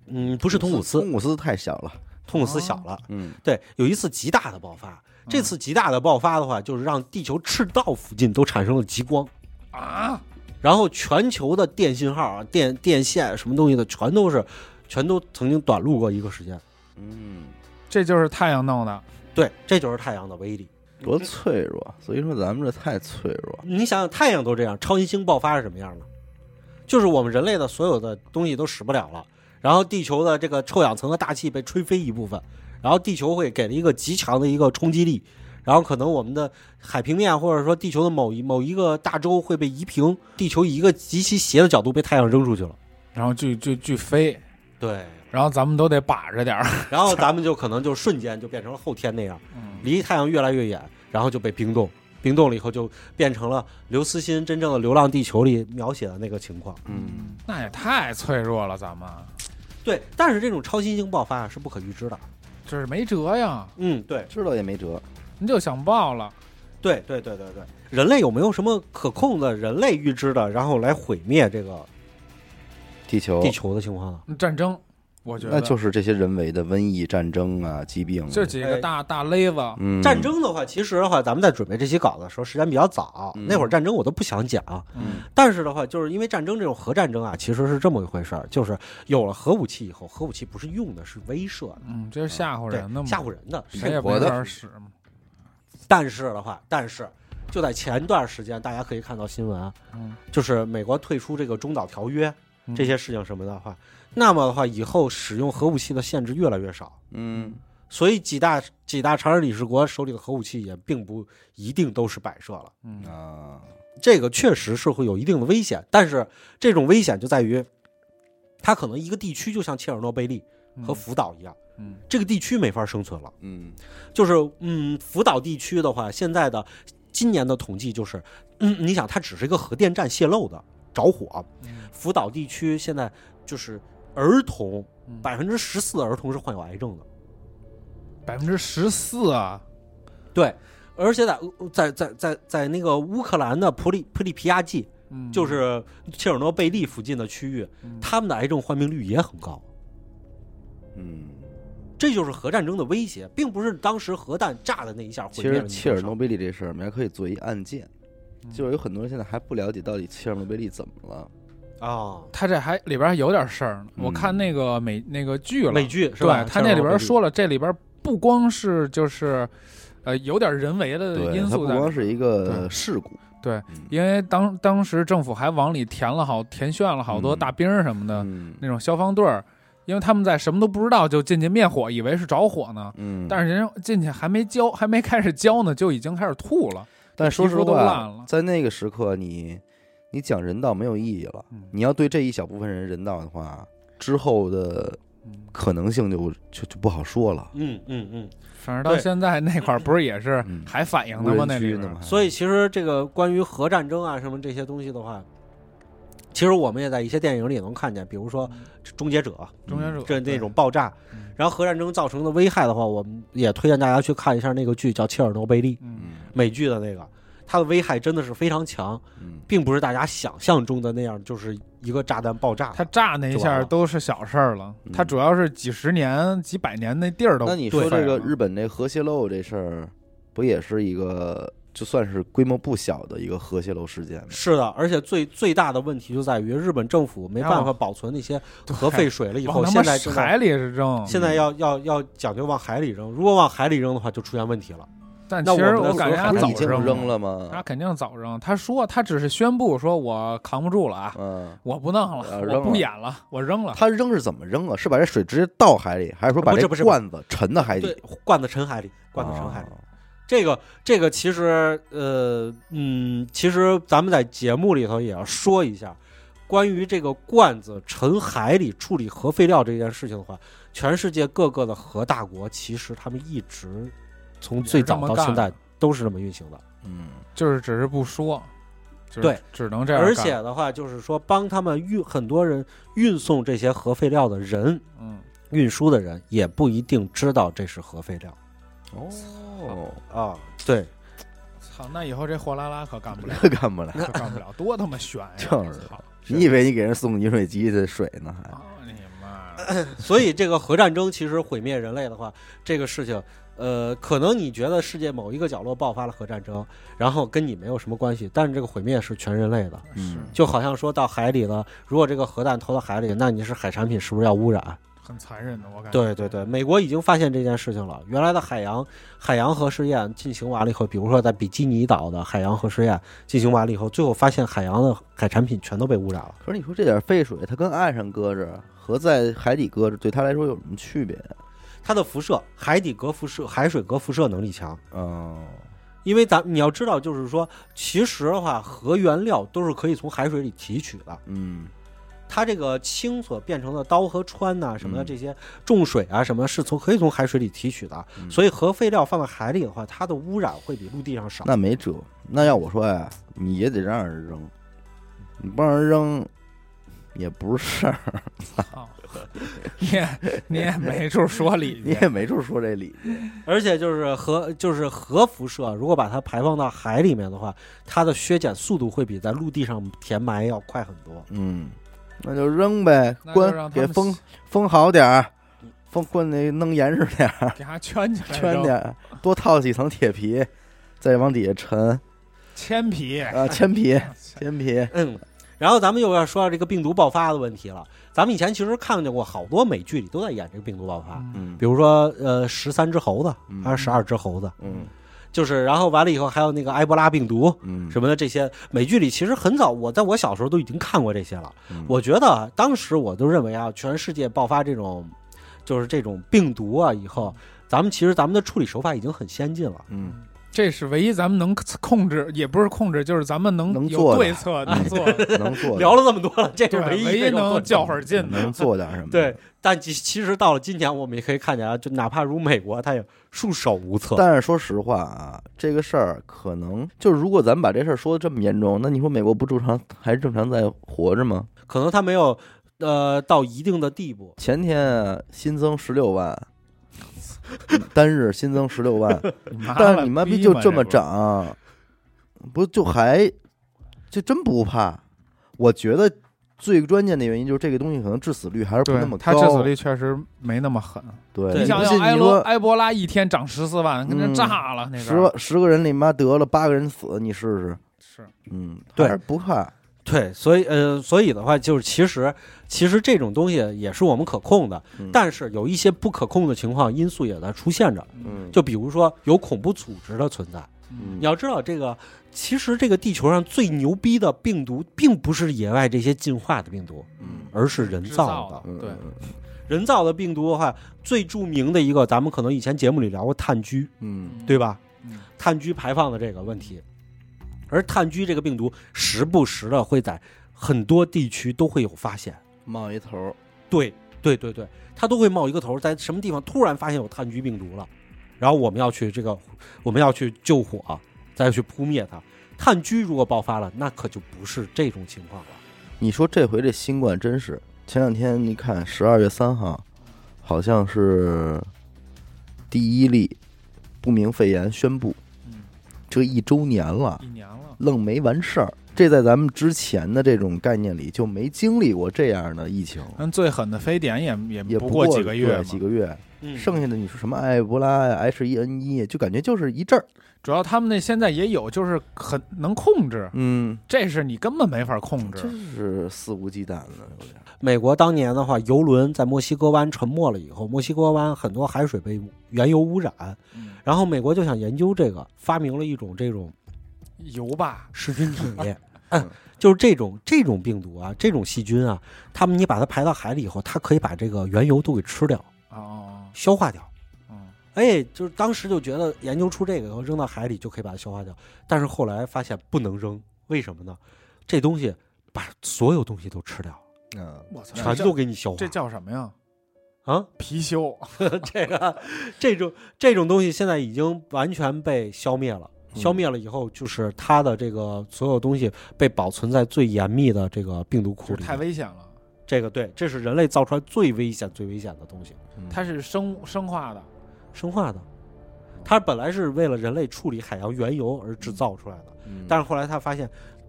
[SPEAKER 2] 嗯，不是通古斯，
[SPEAKER 1] 通古斯太小了，
[SPEAKER 2] 通古斯小了。
[SPEAKER 1] 嗯
[SPEAKER 2] 对，有一次极大的爆发。这次极大的爆发的话，就是让地球赤道附近都产生了极光，
[SPEAKER 3] 啊，
[SPEAKER 2] 然后全球的电信号啊、电电线什么东西的，全都是，全都曾经短路过一个时间。
[SPEAKER 1] 嗯，
[SPEAKER 3] 这就是太阳弄的。
[SPEAKER 2] 对，这就是太阳的威力。
[SPEAKER 1] 多脆弱，所以说咱们这太脆弱了，
[SPEAKER 2] 你想想，太阳都这样，超新星爆发是什么样的？就是我们人类的所有的东西都使不了了，然后地球的这个臭氧层和大气被吹飞一部分，然后地球会给了一个极强的一个冲击力，然后可能我们的海平面或者说地球的某一某一个大洲会被移平，地球以一个极其斜的角度被太阳扔出去了。
[SPEAKER 3] 然后巨巨巨飞，
[SPEAKER 2] 对，
[SPEAKER 3] 然后咱们都得把着点儿。
[SPEAKER 2] 然后咱们就可能就瞬间就变成了后天那样，
[SPEAKER 3] 嗯
[SPEAKER 2] 离太阳越来越远，然后就被冰冻，冰冻了以后就变成了刘慈欣真正的《流浪地球》里描写的那个情况。
[SPEAKER 1] 嗯，
[SPEAKER 3] 那也太脆弱了，咱们
[SPEAKER 2] 对，但是这种超新星爆发是不可预知的。
[SPEAKER 3] 这是没辙呀，
[SPEAKER 2] 嗯，对，
[SPEAKER 1] 知道也没辙，
[SPEAKER 3] 你就想爆了。
[SPEAKER 2] 对，对，对，对，对。人类有没有什么可控的、人类预知的，然后来毁灭这个
[SPEAKER 1] 地球
[SPEAKER 2] 地球的情况呢？
[SPEAKER 3] 战争，我觉得
[SPEAKER 1] 那就是这些人为的瘟疫、战争啊、疾病啊，
[SPEAKER 3] 这几个大大勒子，
[SPEAKER 1] 嗯
[SPEAKER 2] 战争的话，其实的话，咱们在准备这期稿子的时候，时间比较早，
[SPEAKER 1] 嗯
[SPEAKER 2] 那会儿战争我都不想讲。
[SPEAKER 1] 嗯
[SPEAKER 2] 但是的话，就是因为战争这种核战争啊，其实是这么一回事儿，就是有了核武器以后，核武器不是用的，是威慑的，
[SPEAKER 3] 嗯，这是吓唬
[SPEAKER 2] 对
[SPEAKER 3] 人的，嘛，
[SPEAKER 2] 吓唬人的。
[SPEAKER 3] 谁也
[SPEAKER 1] 活
[SPEAKER 3] 没
[SPEAKER 1] 的
[SPEAKER 3] 法使嘛。
[SPEAKER 2] 但是的话，但是就在前段时间，大家可以看到新闻啊，
[SPEAKER 3] 嗯
[SPEAKER 2] 就是美国退出这个中导条约
[SPEAKER 3] 嗯
[SPEAKER 2] 这些事情什么的话，那么的话，以后使用核武器的限制越来越少，
[SPEAKER 1] 嗯
[SPEAKER 2] 所以几大几大常任理事国手里的核武器也并不一定都是摆设了，
[SPEAKER 3] 嗯
[SPEAKER 1] 啊，
[SPEAKER 2] 这个确实是会有一定的危险，但是这种危险就在于，它可能一个地区就像切尔诺贝利和福岛一样，
[SPEAKER 3] 嗯
[SPEAKER 2] 这个地区没法生存了。
[SPEAKER 1] 嗯
[SPEAKER 2] 就是嗯，福岛地区的话，现在的今年的统计就是，嗯，你想它只是一个核电站泄漏的着火，
[SPEAKER 3] 嗯
[SPEAKER 2] 福岛地区现在就是儿童
[SPEAKER 3] 嗯
[SPEAKER 2] 百分之十四的儿童是患有癌症的，
[SPEAKER 3] 百分之十四啊，
[SPEAKER 2] 对，而且在呃在在在在那个乌克兰的普里普里皮亚季，
[SPEAKER 3] 嗯
[SPEAKER 2] 就是切尔诺贝利附近的区域，
[SPEAKER 3] 嗯
[SPEAKER 2] 他们的癌症患病率也很高。
[SPEAKER 1] 嗯，
[SPEAKER 2] 这就是核战争的威胁，并不是当时核弹炸的那一下
[SPEAKER 1] 其
[SPEAKER 2] 毁灭
[SPEAKER 1] 实
[SPEAKER 2] 了你
[SPEAKER 1] 切尔
[SPEAKER 2] 多少
[SPEAKER 1] 诺贝利这事儿，我们还可以做一案件，
[SPEAKER 3] 嗯
[SPEAKER 1] 就是有很多人现在还不了解到底切尔诺贝利怎么了，
[SPEAKER 2] 啊，
[SPEAKER 3] 他这还里边还有点事儿呢。
[SPEAKER 1] 嗯
[SPEAKER 3] 我看那个美那个剧了，
[SPEAKER 2] 美剧是吧？
[SPEAKER 3] 对他那里
[SPEAKER 2] 切尔
[SPEAKER 3] 边
[SPEAKER 2] 诺贝利
[SPEAKER 3] 说了，这里边不光是就是，呃，有点人为的
[SPEAKER 1] 对，
[SPEAKER 3] 因
[SPEAKER 1] 它
[SPEAKER 3] 素
[SPEAKER 1] 不
[SPEAKER 3] 在里
[SPEAKER 1] 光
[SPEAKER 3] 边，
[SPEAKER 1] 是一个
[SPEAKER 3] 对
[SPEAKER 1] 事故，
[SPEAKER 3] 对
[SPEAKER 1] 嗯，
[SPEAKER 3] 因为当当时政府还往里填了好填炫了好多
[SPEAKER 1] 嗯
[SPEAKER 3] 大兵儿什么的
[SPEAKER 1] 嗯
[SPEAKER 3] 那种消防队儿，因为他们在什么都不知道就进去灭火，以为是着火呢，
[SPEAKER 1] 嗯，
[SPEAKER 3] 但是人家进去还没浇，还没开始浇呢，就已经开始吐了。
[SPEAKER 1] 但说
[SPEAKER 3] 皮
[SPEAKER 1] 实
[SPEAKER 3] 肤都烂
[SPEAKER 1] 话
[SPEAKER 3] 了，
[SPEAKER 1] 在那个时刻你，你讲人道没有意义了
[SPEAKER 3] 嗯。
[SPEAKER 1] 你要对这一小部分人人道的话，之后的
[SPEAKER 3] 嗯，
[SPEAKER 1] 可能性就就就不好说了。
[SPEAKER 2] 嗯嗯嗯。
[SPEAKER 3] 反正到
[SPEAKER 2] 对
[SPEAKER 3] 现在那块儿不是也是
[SPEAKER 1] 嗯
[SPEAKER 3] 还反映
[SPEAKER 1] 无
[SPEAKER 3] 的吗？
[SPEAKER 1] 人
[SPEAKER 3] 那
[SPEAKER 1] 区
[SPEAKER 3] 里
[SPEAKER 1] 呢
[SPEAKER 3] 边
[SPEAKER 1] 嘛，还
[SPEAKER 2] 所以其实这个关于核战争啊什么这些东西的话，其实我们也在一些电影里能看见，比如说《终结者》
[SPEAKER 3] 中间者
[SPEAKER 2] 这那种爆炸
[SPEAKER 3] 嗯，
[SPEAKER 2] 然后核战争造成的危害的话，我们也推荐大家去看一下那个剧叫《切尔诺贝利》，
[SPEAKER 3] 嗯，
[SPEAKER 1] 嗯
[SPEAKER 2] 美剧的那个，它的危害真的是非常强，
[SPEAKER 1] 嗯，
[SPEAKER 2] 并不是大家想象中的那样，就是一个炸弹爆炸。
[SPEAKER 3] 他炸那一
[SPEAKER 2] 就完
[SPEAKER 3] 下
[SPEAKER 2] 了
[SPEAKER 3] 都是小事儿了
[SPEAKER 1] 嗯，
[SPEAKER 3] 他主要是几十年、几百年那地儿都
[SPEAKER 1] 那你说
[SPEAKER 3] 废
[SPEAKER 1] 这个
[SPEAKER 3] 了
[SPEAKER 1] 日本这核泄漏这事儿，不也是一个就算是规模不小的一个核泄漏事件吗？
[SPEAKER 2] 是的，而且最最大的问题就在于日本政府没办
[SPEAKER 3] 然
[SPEAKER 2] 法
[SPEAKER 3] 后
[SPEAKER 2] 保存那些
[SPEAKER 3] 对
[SPEAKER 2] 核废水了以
[SPEAKER 3] 往
[SPEAKER 2] 后，
[SPEAKER 3] 他
[SPEAKER 2] 现
[SPEAKER 3] 妈
[SPEAKER 2] 在正在
[SPEAKER 3] 海里是扔，
[SPEAKER 2] 现在要要要讲究往海里扔，如果往海里扔的话，就出现问题了。
[SPEAKER 3] 但
[SPEAKER 2] 那
[SPEAKER 3] 其实
[SPEAKER 2] 我们
[SPEAKER 3] 我
[SPEAKER 2] 的
[SPEAKER 3] 感觉
[SPEAKER 2] 核
[SPEAKER 3] 他
[SPEAKER 1] 不
[SPEAKER 2] 废
[SPEAKER 1] 是
[SPEAKER 3] 早
[SPEAKER 1] 已经
[SPEAKER 3] 扔
[SPEAKER 1] 扔
[SPEAKER 3] 了，
[SPEAKER 1] 了
[SPEAKER 3] 他
[SPEAKER 1] 吗？
[SPEAKER 3] 肯定早扔。他说他只是宣布说我扛不住了啊，
[SPEAKER 1] 嗯，
[SPEAKER 3] 我不弄
[SPEAKER 1] 啊
[SPEAKER 3] 了，
[SPEAKER 1] 扔
[SPEAKER 3] 我不
[SPEAKER 1] 了
[SPEAKER 3] 演了，我扔了。
[SPEAKER 1] 他扔是怎么扔啊？是把这水直接倒海里，还是说把
[SPEAKER 2] 不是
[SPEAKER 1] 这
[SPEAKER 2] 不是
[SPEAKER 1] 罐子沉到海底
[SPEAKER 2] 对？，灌到沉海里，灌到沉海里。
[SPEAKER 1] 啊
[SPEAKER 2] 这个这个其实呃嗯，其实咱们在节目里头也要说一下，关于这个罐子沉海里处理核废料这件事情的话，全世界各个的核大国其实他们一直从最早到现在都是这么运行的，
[SPEAKER 1] 嗯，
[SPEAKER 3] 就是只是不说，就是
[SPEAKER 2] 对，
[SPEAKER 3] 只能这样干。
[SPEAKER 2] 而且的话就是说帮他们运很多人运送这些核废料的人。
[SPEAKER 3] 嗯，
[SPEAKER 2] 运输的人也不一定知道这是核废料
[SPEAKER 1] 哦，
[SPEAKER 2] 啊。对，
[SPEAKER 3] 操，那以后这货拉拉可干
[SPEAKER 2] *laughs*
[SPEAKER 3] 不了，
[SPEAKER 1] 这干不来。 *laughs*
[SPEAKER 3] 可干不了，多他妈悬呀！
[SPEAKER 1] 就是
[SPEAKER 3] 操
[SPEAKER 1] 你以为你给人送饮水机的水呢？还
[SPEAKER 3] 啊你妈！
[SPEAKER 2] 所以这个核战争其实毁灭人类的话，这个事情，呃，可能你觉得世界某一个角落爆发了核战争，然后跟你没有什么关系，但是这个毁灭是全人类的。
[SPEAKER 3] 是
[SPEAKER 1] 嗯
[SPEAKER 2] 就好像说到海里了，如果这个核弹投到海里，那你是海产品是不是要污染？
[SPEAKER 3] 很残忍的，我感觉。
[SPEAKER 2] 对对对，美国已经发现这件事情了。原来的海洋海洋核试验进行完了以后，比如说在比基尼岛的海洋核试验进行完了以后，最后发现海洋的海产品全都被污染了。
[SPEAKER 1] 可是你说这点废水，它跟岸上搁着和在海底搁着，对它来说有什么区别？
[SPEAKER 2] 它的辐射，海底核辐射、海水核辐射能力强。
[SPEAKER 1] 哦，
[SPEAKER 2] 因为咱你要知道，就是说，其实的话，核原料都是可以从海水里提取的。
[SPEAKER 1] 嗯，
[SPEAKER 2] 它这个氢所变成的氘和氚呐、什么的
[SPEAKER 1] 嗯
[SPEAKER 2] 这些重水啊什么，是从可以从海水里提取的。
[SPEAKER 1] 嗯
[SPEAKER 2] 所以核废料放在海里的话，它的污染会比陆地上少。
[SPEAKER 1] 那没辙。那要我说呀，你也得让人扔，你不让人扔也不是事儿，
[SPEAKER 3] 操，啊 *laughs* 你也你也没处说理
[SPEAKER 1] 你
[SPEAKER 3] 去
[SPEAKER 1] 也。没处说这
[SPEAKER 3] *laughs*
[SPEAKER 1] 理。
[SPEAKER 2] 而且就是核就是核辐射，如果把它排放到海里面的话，它的削减速度会比在陆地上填埋要快很多。
[SPEAKER 1] 嗯，那就扔呗
[SPEAKER 3] 那，就
[SPEAKER 1] 关
[SPEAKER 3] 让
[SPEAKER 1] 给
[SPEAKER 3] 他们嗯
[SPEAKER 1] 封封好点儿，封关那弄严实点
[SPEAKER 3] *laughs*
[SPEAKER 1] 儿，
[SPEAKER 3] 给他圈起来，
[SPEAKER 1] 啊圈点，儿，多套几层铁皮，再往底下沉
[SPEAKER 3] 铅皮，
[SPEAKER 1] 啊，铅皮，
[SPEAKER 3] *laughs*
[SPEAKER 1] 铅皮，
[SPEAKER 2] 嗯，然后咱们又要说到这个病毒爆发的问题了。咱们以前其实看见过好多美剧里都在演这个病毒爆发，
[SPEAKER 3] 嗯
[SPEAKER 1] 嗯
[SPEAKER 2] 比如说呃十三只猴子
[SPEAKER 1] 嗯
[SPEAKER 2] 还是十二只猴子，
[SPEAKER 1] 嗯
[SPEAKER 2] 就是然后完了以后还有那个埃博拉病毒
[SPEAKER 1] 嗯，
[SPEAKER 2] 什么的这些美剧里其实很早，我在我小时候都已经看过这些了。
[SPEAKER 1] 嗯
[SPEAKER 2] 我觉得啊当时我就认为啊，全世界爆发这种就是这种病毒啊以后。咱们其实咱们的处理手法已经很先进了，
[SPEAKER 1] 嗯
[SPEAKER 3] 这是唯一咱们能控制，也不是控制，就是咱们能
[SPEAKER 1] 能做的啊
[SPEAKER 3] 有对策，能做
[SPEAKER 1] *laughs*
[SPEAKER 3] 的，
[SPEAKER 1] 嗯
[SPEAKER 3] *laughs*
[SPEAKER 1] 能做
[SPEAKER 2] 聊了这么多了，这是
[SPEAKER 3] 对，
[SPEAKER 2] 唯一
[SPEAKER 3] 唯一
[SPEAKER 2] 这种
[SPEAKER 3] 能较会儿劲的
[SPEAKER 1] 能。做点
[SPEAKER 3] *laughs*
[SPEAKER 1] 什么？
[SPEAKER 2] 对，，但其其实到了今年，我们也可以看见啊，就哪怕如美国，它也束手无策。
[SPEAKER 1] 但是说实话啊，这个事儿可能就是，如果咱们把这事儿说的这么严重，那你说美国不正常还正常在活着吗？
[SPEAKER 2] 可能它没有呃到一定的地步。
[SPEAKER 1] 前天啊新增十六万，单日新增十六
[SPEAKER 3] *laughs*
[SPEAKER 1] 万，
[SPEAKER 3] 妈
[SPEAKER 1] 嗯但
[SPEAKER 3] 了
[SPEAKER 1] 是你妈逼
[SPEAKER 3] 逼
[SPEAKER 1] 就
[SPEAKER 3] 嘛
[SPEAKER 1] 这么
[SPEAKER 3] 不
[SPEAKER 1] 涨，不就还就真不怕？我觉得最关键的原因就是这个东西可能致死率还是不
[SPEAKER 3] 对
[SPEAKER 1] 那么高，
[SPEAKER 3] 他致死率确实没那么狠。
[SPEAKER 1] 对，
[SPEAKER 2] 对
[SPEAKER 1] 你
[SPEAKER 3] 你想
[SPEAKER 1] 不
[SPEAKER 3] 想
[SPEAKER 1] 信
[SPEAKER 3] 埃
[SPEAKER 1] 你
[SPEAKER 3] 罗
[SPEAKER 1] 说
[SPEAKER 3] 埃博拉一天涨十四万，跟
[SPEAKER 1] 嗯
[SPEAKER 3] 那炸了那边
[SPEAKER 1] 十个十个人里妈得了八个人死，你试试，
[SPEAKER 3] 是
[SPEAKER 1] 嗯，
[SPEAKER 2] 对
[SPEAKER 1] 还是不怕，
[SPEAKER 2] 对，所以呃，所以的话，就是其实其实这种东西也是我们可控的，
[SPEAKER 1] 嗯
[SPEAKER 2] 但是有一些不可控的情况因素也在出现着。
[SPEAKER 1] 嗯，
[SPEAKER 2] 就比如说有恐怖组织的存在，
[SPEAKER 1] 嗯
[SPEAKER 2] 你要知道，这个其实这个地球上最牛逼的病毒，并不是野外这些进化的病毒，
[SPEAKER 1] 嗯
[SPEAKER 2] 而是人
[SPEAKER 3] 制
[SPEAKER 2] 造
[SPEAKER 3] 造
[SPEAKER 2] 的。
[SPEAKER 1] 嗯
[SPEAKER 3] 对，
[SPEAKER 2] 人造的病毒的话，最著名的一个，咱们可能以前节目里聊过炭疽，
[SPEAKER 1] 嗯
[SPEAKER 2] 对吧？
[SPEAKER 3] 嗯
[SPEAKER 2] 炭疽排放的这个问题，而炭疽这个病毒时不时的会在很多地区都会有发现。
[SPEAKER 1] 冒一头儿，
[SPEAKER 2] 对，对对对，它都会冒一个头，在什么地方突然发现有炭疽病毒了，然后我们要去这个，我们要去救火，啊再去扑灭它。炭疽如果爆发了，那可就不是这种情况了。
[SPEAKER 1] 你说这回这新冠真是，前两天你看十二月三号，好像是第一例不明肺炎宣布，
[SPEAKER 3] 嗯，
[SPEAKER 1] 这一周年了，
[SPEAKER 3] 一年了，
[SPEAKER 1] 愣没完事儿。这在咱们之前的这种概念里就没经历过这样的疫情，
[SPEAKER 3] 但最狠的非典也
[SPEAKER 1] 也
[SPEAKER 3] 也不
[SPEAKER 1] 过
[SPEAKER 3] 过几个月
[SPEAKER 1] 对
[SPEAKER 3] 嘛，
[SPEAKER 1] 几个月，
[SPEAKER 2] 嗯
[SPEAKER 1] 剩下的你说什么埃博拉呀、H 一 N 一，就感觉就是一阵儿，
[SPEAKER 3] 主要他们那现在也有，就是很能控制，
[SPEAKER 1] 嗯，
[SPEAKER 3] 这是你根本没法控制
[SPEAKER 1] 真。是肆无忌惮的，有点儿。
[SPEAKER 2] 美国当年的话，游轮在墨西哥湾沉没了以后，墨西哥湾很多海水被原油污染，
[SPEAKER 3] 嗯
[SPEAKER 2] 然后美国就想研究这个，发明了一种这种
[SPEAKER 3] 油吧，
[SPEAKER 2] 噬菌体
[SPEAKER 1] *laughs* 嗯，
[SPEAKER 2] *laughs* 就是这种这种病毒啊，这种细菌啊，他们你把它排到海里以后，它可以把这个原油都给吃掉、
[SPEAKER 3] 哦，
[SPEAKER 2] 消化掉。
[SPEAKER 3] 嗯，
[SPEAKER 2] 哎，就是当时就觉得研究出这个以后扔到海里就可以把它消化掉，但是后来发现不能扔，为什么呢？这东西把所有东西都吃掉，
[SPEAKER 1] 嗯，
[SPEAKER 3] 我操，
[SPEAKER 2] 全
[SPEAKER 3] 这
[SPEAKER 2] 都给你消化
[SPEAKER 3] 这叫什么呀？
[SPEAKER 2] 啊！
[SPEAKER 3] 貔貅，
[SPEAKER 2] 这个这种这种东西现在已经完全被消灭了。
[SPEAKER 1] 嗯
[SPEAKER 2] 消灭了以后，就是它的这个所有东西被保存在最严密的这个嗯病毒库
[SPEAKER 3] 就
[SPEAKER 2] 里
[SPEAKER 3] 是太
[SPEAKER 2] 面。
[SPEAKER 3] 危险了。
[SPEAKER 2] 这个对，这是人类造出来最危险、最危险的东西，
[SPEAKER 1] 嗯
[SPEAKER 3] 它是生生化的，
[SPEAKER 2] 生化的。它本来是为了人类处理海洋原油而制造出来的，
[SPEAKER 1] 嗯，
[SPEAKER 2] 但是后来他发现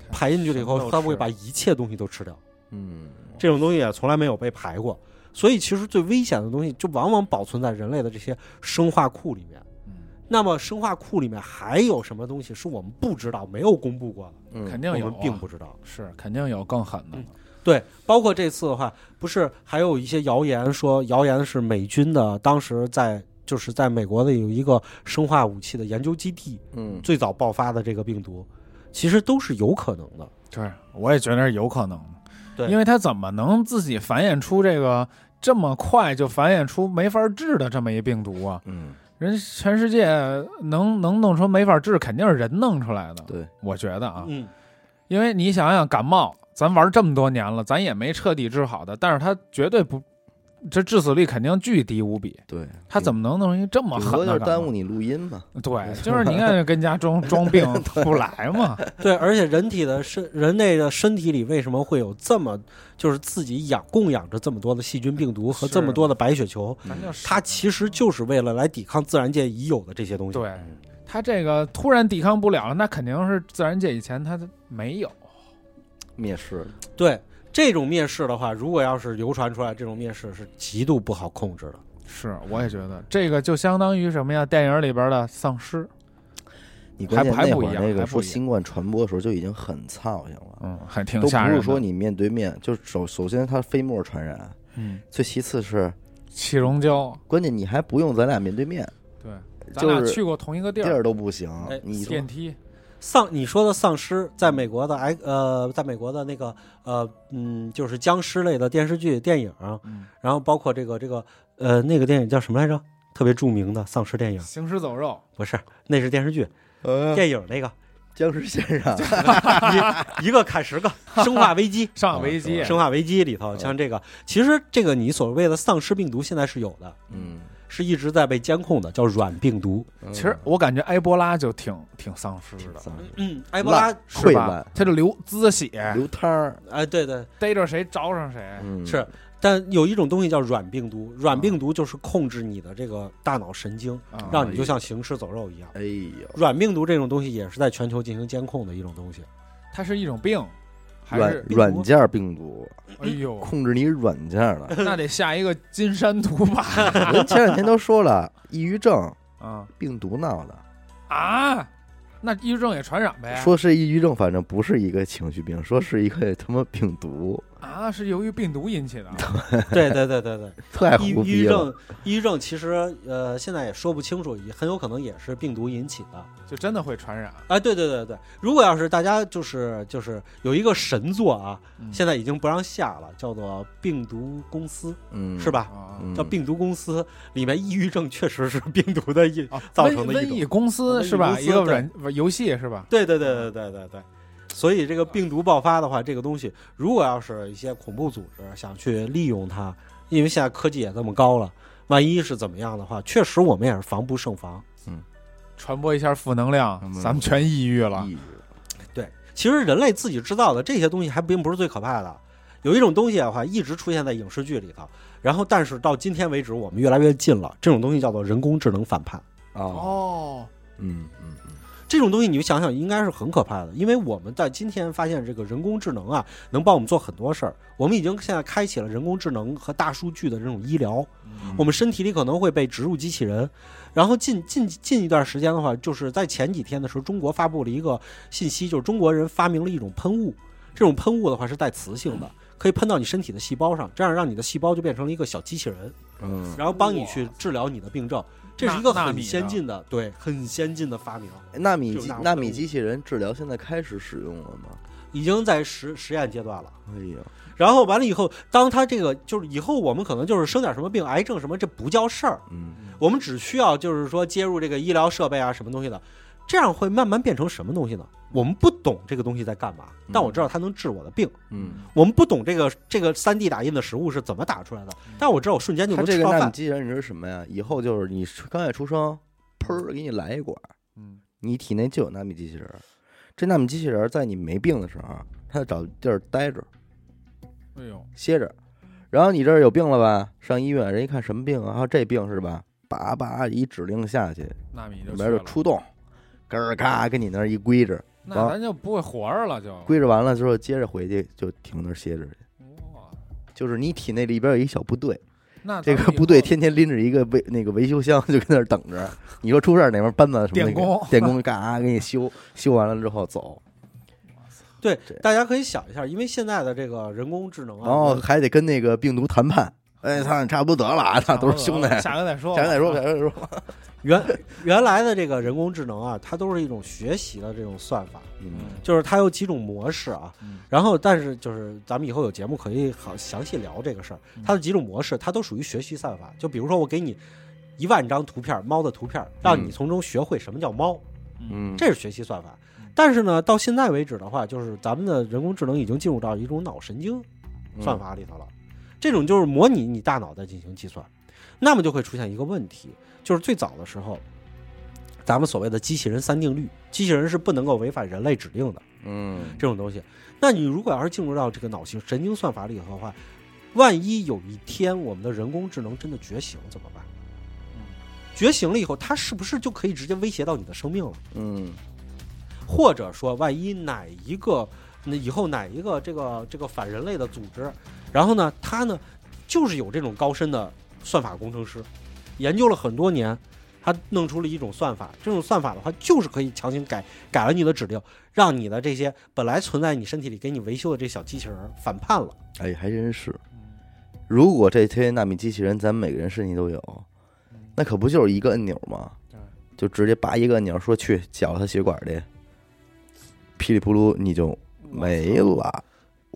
[SPEAKER 2] 排进去了以
[SPEAKER 3] 什
[SPEAKER 2] 后，
[SPEAKER 3] 么都
[SPEAKER 2] 它会
[SPEAKER 3] 吃
[SPEAKER 2] 把一切东西都吃掉。
[SPEAKER 1] 嗯，
[SPEAKER 2] 这种东西也从来没有被排过，所以其实最危险的东西就往往保存在人类的这些生化库里面。
[SPEAKER 3] 嗯，
[SPEAKER 2] 那么生化库里面还有什么东西是我们不知道、没有公布过的？
[SPEAKER 1] 嗯
[SPEAKER 3] 肯定
[SPEAKER 2] 我
[SPEAKER 3] 有
[SPEAKER 2] 们
[SPEAKER 3] 啊，
[SPEAKER 2] 并不知道。
[SPEAKER 3] 是肯定有更狠的
[SPEAKER 2] 嗯。对，包括这次的话，不是还有一些谣言说，谣言是美军的，当时在就是在美国的有一个生化武器的研究基地，
[SPEAKER 1] 嗯，
[SPEAKER 2] 最早爆发的这个病毒，其实都是有可能的。
[SPEAKER 3] 对，我也觉得是有可能的。
[SPEAKER 2] 对
[SPEAKER 3] 因为它怎么能自己繁衍出这个这么快就繁衍出没法治的这么一病毒啊？
[SPEAKER 1] 嗯，
[SPEAKER 3] 人全世界能能弄出没法治，肯定是人弄出来的。
[SPEAKER 1] 对，
[SPEAKER 3] 我觉得啊，
[SPEAKER 2] 嗯，
[SPEAKER 3] 因为你想想感冒，咱玩这么多年了，咱也没彻底治好的，但是它绝对不，这致死率肯定巨低无比。
[SPEAKER 1] 对，
[SPEAKER 3] 它怎么能弄一这么
[SPEAKER 1] 顶多
[SPEAKER 3] 狠
[SPEAKER 1] 就
[SPEAKER 3] 的
[SPEAKER 1] 是
[SPEAKER 3] 感
[SPEAKER 1] 耽误
[SPEAKER 3] 冒？
[SPEAKER 1] 你录音嘛。
[SPEAKER 3] 对，就是你看跟家装装病
[SPEAKER 1] *laughs*
[SPEAKER 3] 不来嘛， *laughs*
[SPEAKER 2] 对，而且人体的身，人类的身体里为什么会有这么，就是自己养供养着这么多的细菌病毒和
[SPEAKER 3] 是
[SPEAKER 2] 这么多的白血球？
[SPEAKER 3] 咱就
[SPEAKER 2] 它其实就是为了来抵抗自然界已有的这些东西。
[SPEAKER 3] 对他这个突然抵抗不了了，那肯定是自然界以前他没有。
[SPEAKER 1] 灭世，
[SPEAKER 2] 对这种面试的话，如果要是流传出来，这种面试是极度不好控制的。
[SPEAKER 3] 是，我也觉得这个就相当于什么呀？电影里边的丧尸，
[SPEAKER 1] 你关键
[SPEAKER 3] 还还
[SPEAKER 1] 那
[SPEAKER 3] 不
[SPEAKER 1] 会
[SPEAKER 3] 一
[SPEAKER 1] 儿
[SPEAKER 3] 样
[SPEAKER 1] 那
[SPEAKER 3] 还
[SPEAKER 1] 个说
[SPEAKER 3] 不一样
[SPEAKER 1] 新冠传播的时候就已经很操心了，
[SPEAKER 3] 嗯，还挺
[SPEAKER 1] 都
[SPEAKER 3] 吓
[SPEAKER 1] 不
[SPEAKER 3] 人
[SPEAKER 1] 是
[SPEAKER 3] 的。
[SPEAKER 1] 说你面对面，就是首首先它飞沫传染，
[SPEAKER 3] 嗯，
[SPEAKER 1] 最其次是
[SPEAKER 3] 气溶胶，
[SPEAKER 1] 关键你还不用咱俩面对面，
[SPEAKER 3] 对，咱
[SPEAKER 1] 就
[SPEAKER 3] 俩
[SPEAKER 1] 是
[SPEAKER 3] 去过同一个地
[SPEAKER 1] 地
[SPEAKER 3] 儿，
[SPEAKER 1] 儿都不行
[SPEAKER 2] 哎，
[SPEAKER 1] 你说
[SPEAKER 3] 电梯，
[SPEAKER 2] 丧，你说的丧尸，在美国的哎呃，在美国的那个呃嗯，就是僵尸类的电视剧、电影，啊
[SPEAKER 3] 嗯，
[SPEAKER 2] 然后包括这个这个呃那个电影叫什么来着？特别著名的丧尸电影，
[SPEAKER 3] 行尸走肉，
[SPEAKER 2] 不是，那是电视剧，
[SPEAKER 1] 呃
[SPEAKER 2] 电影那个
[SPEAKER 1] 僵尸先生，
[SPEAKER 2] 一一个砍十个， *laughs* 《生化危机》嗯
[SPEAKER 3] 上海危机
[SPEAKER 1] 啊，
[SPEAKER 2] 《生化危机》里头，像这个，其实这个你所谓的丧尸病毒现在是有的，
[SPEAKER 1] 嗯，
[SPEAKER 2] 是一直在被监控的，叫软病毒。
[SPEAKER 1] 嗯
[SPEAKER 3] 其实我感觉埃博拉就挺挺丧尸的，
[SPEAKER 1] 丧尸
[SPEAKER 2] 嗯，埃博拉，
[SPEAKER 1] 烂
[SPEAKER 3] 是
[SPEAKER 1] 溃
[SPEAKER 3] 吧
[SPEAKER 1] 烂？
[SPEAKER 3] 他就流滋血，
[SPEAKER 1] 流汤儿，
[SPEAKER 2] 哎，对对，
[SPEAKER 3] 逮着谁招上谁。
[SPEAKER 1] 嗯，
[SPEAKER 2] 是，但有一种东西叫软病毒，软病毒就是控制你的这个大脑神经，
[SPEAKER 3] 啊
[SPEAKER 2] 让你就像行尸走肉一样。
[SPEAKER 1] 哎呦，
[SPEAKER 2] 软病毒这种东西也是在全球进行监控的一种东 *laughs* 西。
[SPEAKER 3] 它是一种病，还
[SPEAKER 1] 软
[SPEAKER 3] 是
[SPEAKER 1] 软件病毒
[SPEAKER 3] 哎呦，
[SPEAKER 1] 控制你软件了。
[SPEAKER 3] 那得下一个金山毒吧？
[SPEAKER 1] 人前两天都说了，抑郁症
[SPEAKER 3] 啊
[SPEAKER 1] 病毒闹的，
[SPEAKER 3] 啊，那抑郁症也传染
[SPEAKER 2] 哎
[SPEAKER 3] 呗？
[SPEAKER 1] 说是抑郁症，反正不是一个情绪病，说 *laughs* 是一个他妈病毒，
[SPEAKER 3] 啊，是由于病毒引起的。
[SPEAKER 2] 对对对对 *laughs* 对，
[SPEAKER 1] 太
[SPEAKER 2] 抑
[SPEAKER 1] 胡
[SPEAKER 2] 抑郁
[SPEAKER 1] 逼了。
[SPEAKER 2] 症，抑郁症其实呃现在也说不清楚，也很有可能也是病毒引起的。
[SPEAKER 3] 就真的会传染。
[SPEAKER 2] 哎，对对对对，如果要是大家就是就是有一个神作啊，
[SPEAKER 3] 嗯
[SPEAKER 2] 现在已经不让下了，叫做《病毒公司》，
[SPEAKER 1] 嗯，
[SPEAKER 2] 是？吧？
[SPEAKER 3] 啊
[SPEAKER 1] 嗯
[SPEAKER 2] 叫《病毒公司》，里面抑郁症确实是病毒的一， *laughs*
[SPEAKER 3] 啊
[SPEAKER 2] 造成的
[SPEAKER 3] 瘟
[SPEAKER 2] 一种
[SPEAKER 3] 瘟疫公司是吧？
[SPEAKER 2] 瘟疫公司
[SPEAKER 3] 一个软游戏是吧？
[SPEAKER 2] 对对对对对对对。所以这个病毒爆发的话，这个东西如果要是一些恐怖组织想去利用它，因为现在科技也这么高了，万一是怎么样的话，确实我们也是防不胜防。
[SPEAKER 3] 传播一下负能量
[SPEAKER 1] 嗯，
[SPEAKER 3] 咱们全抑郁了。
[SPEAKER 1] 抑郁
[SPEAKER 2] 对，其实人类自己制造的这些东西还并不是最可怕的。有一种东西的话，一直出现在影视剧里头，然后但是到今天为止，我们越来越近了。这种东西叫做人工智能反叛。
[SPEAKER 1] 哦，
[SPEAKER 3] 哦，
[SPEAKER 1] 嗯嗯嗯，
[SPEAKER 2] 这种东西你就想想，应该是很可怕的，因为我们在今天发现这个人工智能啊，能帮我们做很多事儿。我们已经现在开启了人工智能和大数据的这种医疗，
[SPEAKER 3] 嗯
[SPEAKER 2] 我们身体里可能会被植入机器人。然后近近近一段时间的话，就是在前几天的时候，中国发布了一个信息，就是中国人发明了一种喷雾，这种喷雾的话是带磁性的，可以喷到你身体的细胞上，这样让你的细胞就变成了一个小机器人，
[SPEAKER 1] 嗯，
[SPEAKER 2] 然后帮你
[SPEAKER 3] 哇
[SPEAKER 2] 去治疗你的病症。这是
[SPEAKER 3] 纳
[SPEAKER 2] 一个
[SPEAKER 3] 纳
[SPEAKER 2] 很
[SPEAKER 3] 米的
[SPEAKER 2] 先进的，对，很先进的发明，
[SPEAKER 1] 纳米
[SPEAKER 2] 就
[SPEAKER 1] 机
[SPEAKER 2] 纳米
[SPEAKER 1] 纳米机器人治疗现在开始使用了吗？
[SPEAKER 2] 已经在实实验阶段了。
[SPEAKER 1] 哎呀，
[SPEAKER 2] 然后完了以后，当他这个就是以后我们可能就是生点什么病，癌症什么，这不叫事儿，
[SPEAKER 1] 嗯，
[SPEAKER 2] 我们只需要就是说接入这个医疗设备啊，什么东西的，这样会慢慢变成什么东西呢？我们不懂这个东西在干嘛，但我知道它能治我的病。
[SPEAKER 1] 嗯，
[SPEAKER 2] 我们不懂这个这个三 D 打印的食物是怎么打出来的，但我知道我瞬间就
[SPEAKER 1] 嗯它
[SPEAKER 2] 能
[SPEAKER 1] 这
[SPEAKER 2] 吃
[SPEAKER 1] 个
[SPEAKER 2] 到
[SPEAKER 1] 纳米
[SPEAKER 2] 饭。
[SPEAKER 1] 机器人你知道是什么呀？以后就是你刚一出生，砰儿给你来一管儿，
[SPEAKER 3] 嗯，
[SPEAKER 1] 你体内就有纳米机器人儿。这纳米机器人儿在你没病的时候，啊它就找地儿待着
[SPEAKER 3] 哎呦，
[SPEAKER 1] 歇着，然后你这儿有病了吧？上医院，人一看什么病啊？啊这病是吧？叭叭一指令下去，哦
[SPEAKER 3] 纳米就
[SPEAKER 1] 里
[SPEAKER 3] 去
[SPEAKER 1] 边就
[SPEAKER 3] 了，
[SPEAKER 1] 出动，咯儿嘎跟你那儿一归着，
[SPEAKER 3] 那咱就不会活着了就。
[SPEAKER 1] 归着完了之后，接着回去就停那儿歇着去。
[SPEAKER 3] 哇，
[SPEAKER 1] 就是你体内里边有一小部队，
[SPEAKER 3] 那
[SPEAKER 1] 这
[SPEAKER 3] 咱
[SPEAKER 1] 个
[SPEAKER 3] 们以
[SPEAKER 1] 部队
[SPEAKER 3] 后
[SPEAKER 1] 天天拎着一个维那个维修箱就跟那儿等着，你说出事儿哪边搬搬什么
[SPEAKER 3] 电工
[SPEAKER 1] 电工嘎给你修，修完了之后走，
[SPEAKER 2] 对
[SPEAKER 1] 对，
[SPEAKER 2] 大家可以想一下，因为现在的这个人工智能啊，
[SPEAKER 1] 然后还得跟那个病毒谈判，哎，他差不多得了啊，那都是兄弟，
[SPEAKER 3] 下回再说吧，
[SPEAKER 1] 下回再说，下回再说，
[SPEAKER 2] 原原来的这个人工智能啊，它都是一种学习的这种算法，
[SPEAKER 1] 嗯，
[SPEAKER 2] 就是它有几种模式啊
[SPEAKER 3] 嗯。
[SPEAKER 2] 然后，但是就是咱们以后有节目可以好详细聊这个事儿。它的几种模式，它都属于学习算法。就比如说，我给你一万张图片，猫的图片，让你从中学会什么叫猫，
[SPEAKER 1] 嗯，
[SPEAKER 2] 这是学习算法。但是呢，到现在为止的话，就是咱们的人工智能已经进入到一种脑神经
[SPEAKER 1] 嗯
[SPEAKER 2] 算法里头了。这种就是模拟你大脑在进行计算，那么就会出现一个问题，就是最早的时候，咱们所谓的机器人三定律，机器人是不能够违反人类指令的。
[SPEAKER 1] 嗯，
[SPEAKER 2] 这种东西。那你如果要是进入到这个脑型神经算法里头的话，万一有一天我们的人工智能真的觉醒怎么办？觉醒了以后，它是不是就可以直接威胁到你的生命了？
[SPEAKER 1] 嗯，
[SPEAKER 2] 或者说，万一哪一个那以后哪一个这个这个反人类的组织，然后呢，它呢就是有这种高深的算法工程师，研究了很多年，他弄出了一种算法。这种算法的话，就是可以强行改改了你的指令，让你的这些本来存在你身体里给你维修的这小机器人儿反叛了。
[SPEAKER 1] 哎，还真是。如果这些纳米机器人，咱们每个人身体都有，
[SPEAKER 3] 嗯
[SPEAKER 1] 那可不就是一个按钮吗？
[SPEAKER 3] 对
[SPEAKER 1] 就直接拔一个按钮，说去绞他血管去，噼里扑噜你就没了，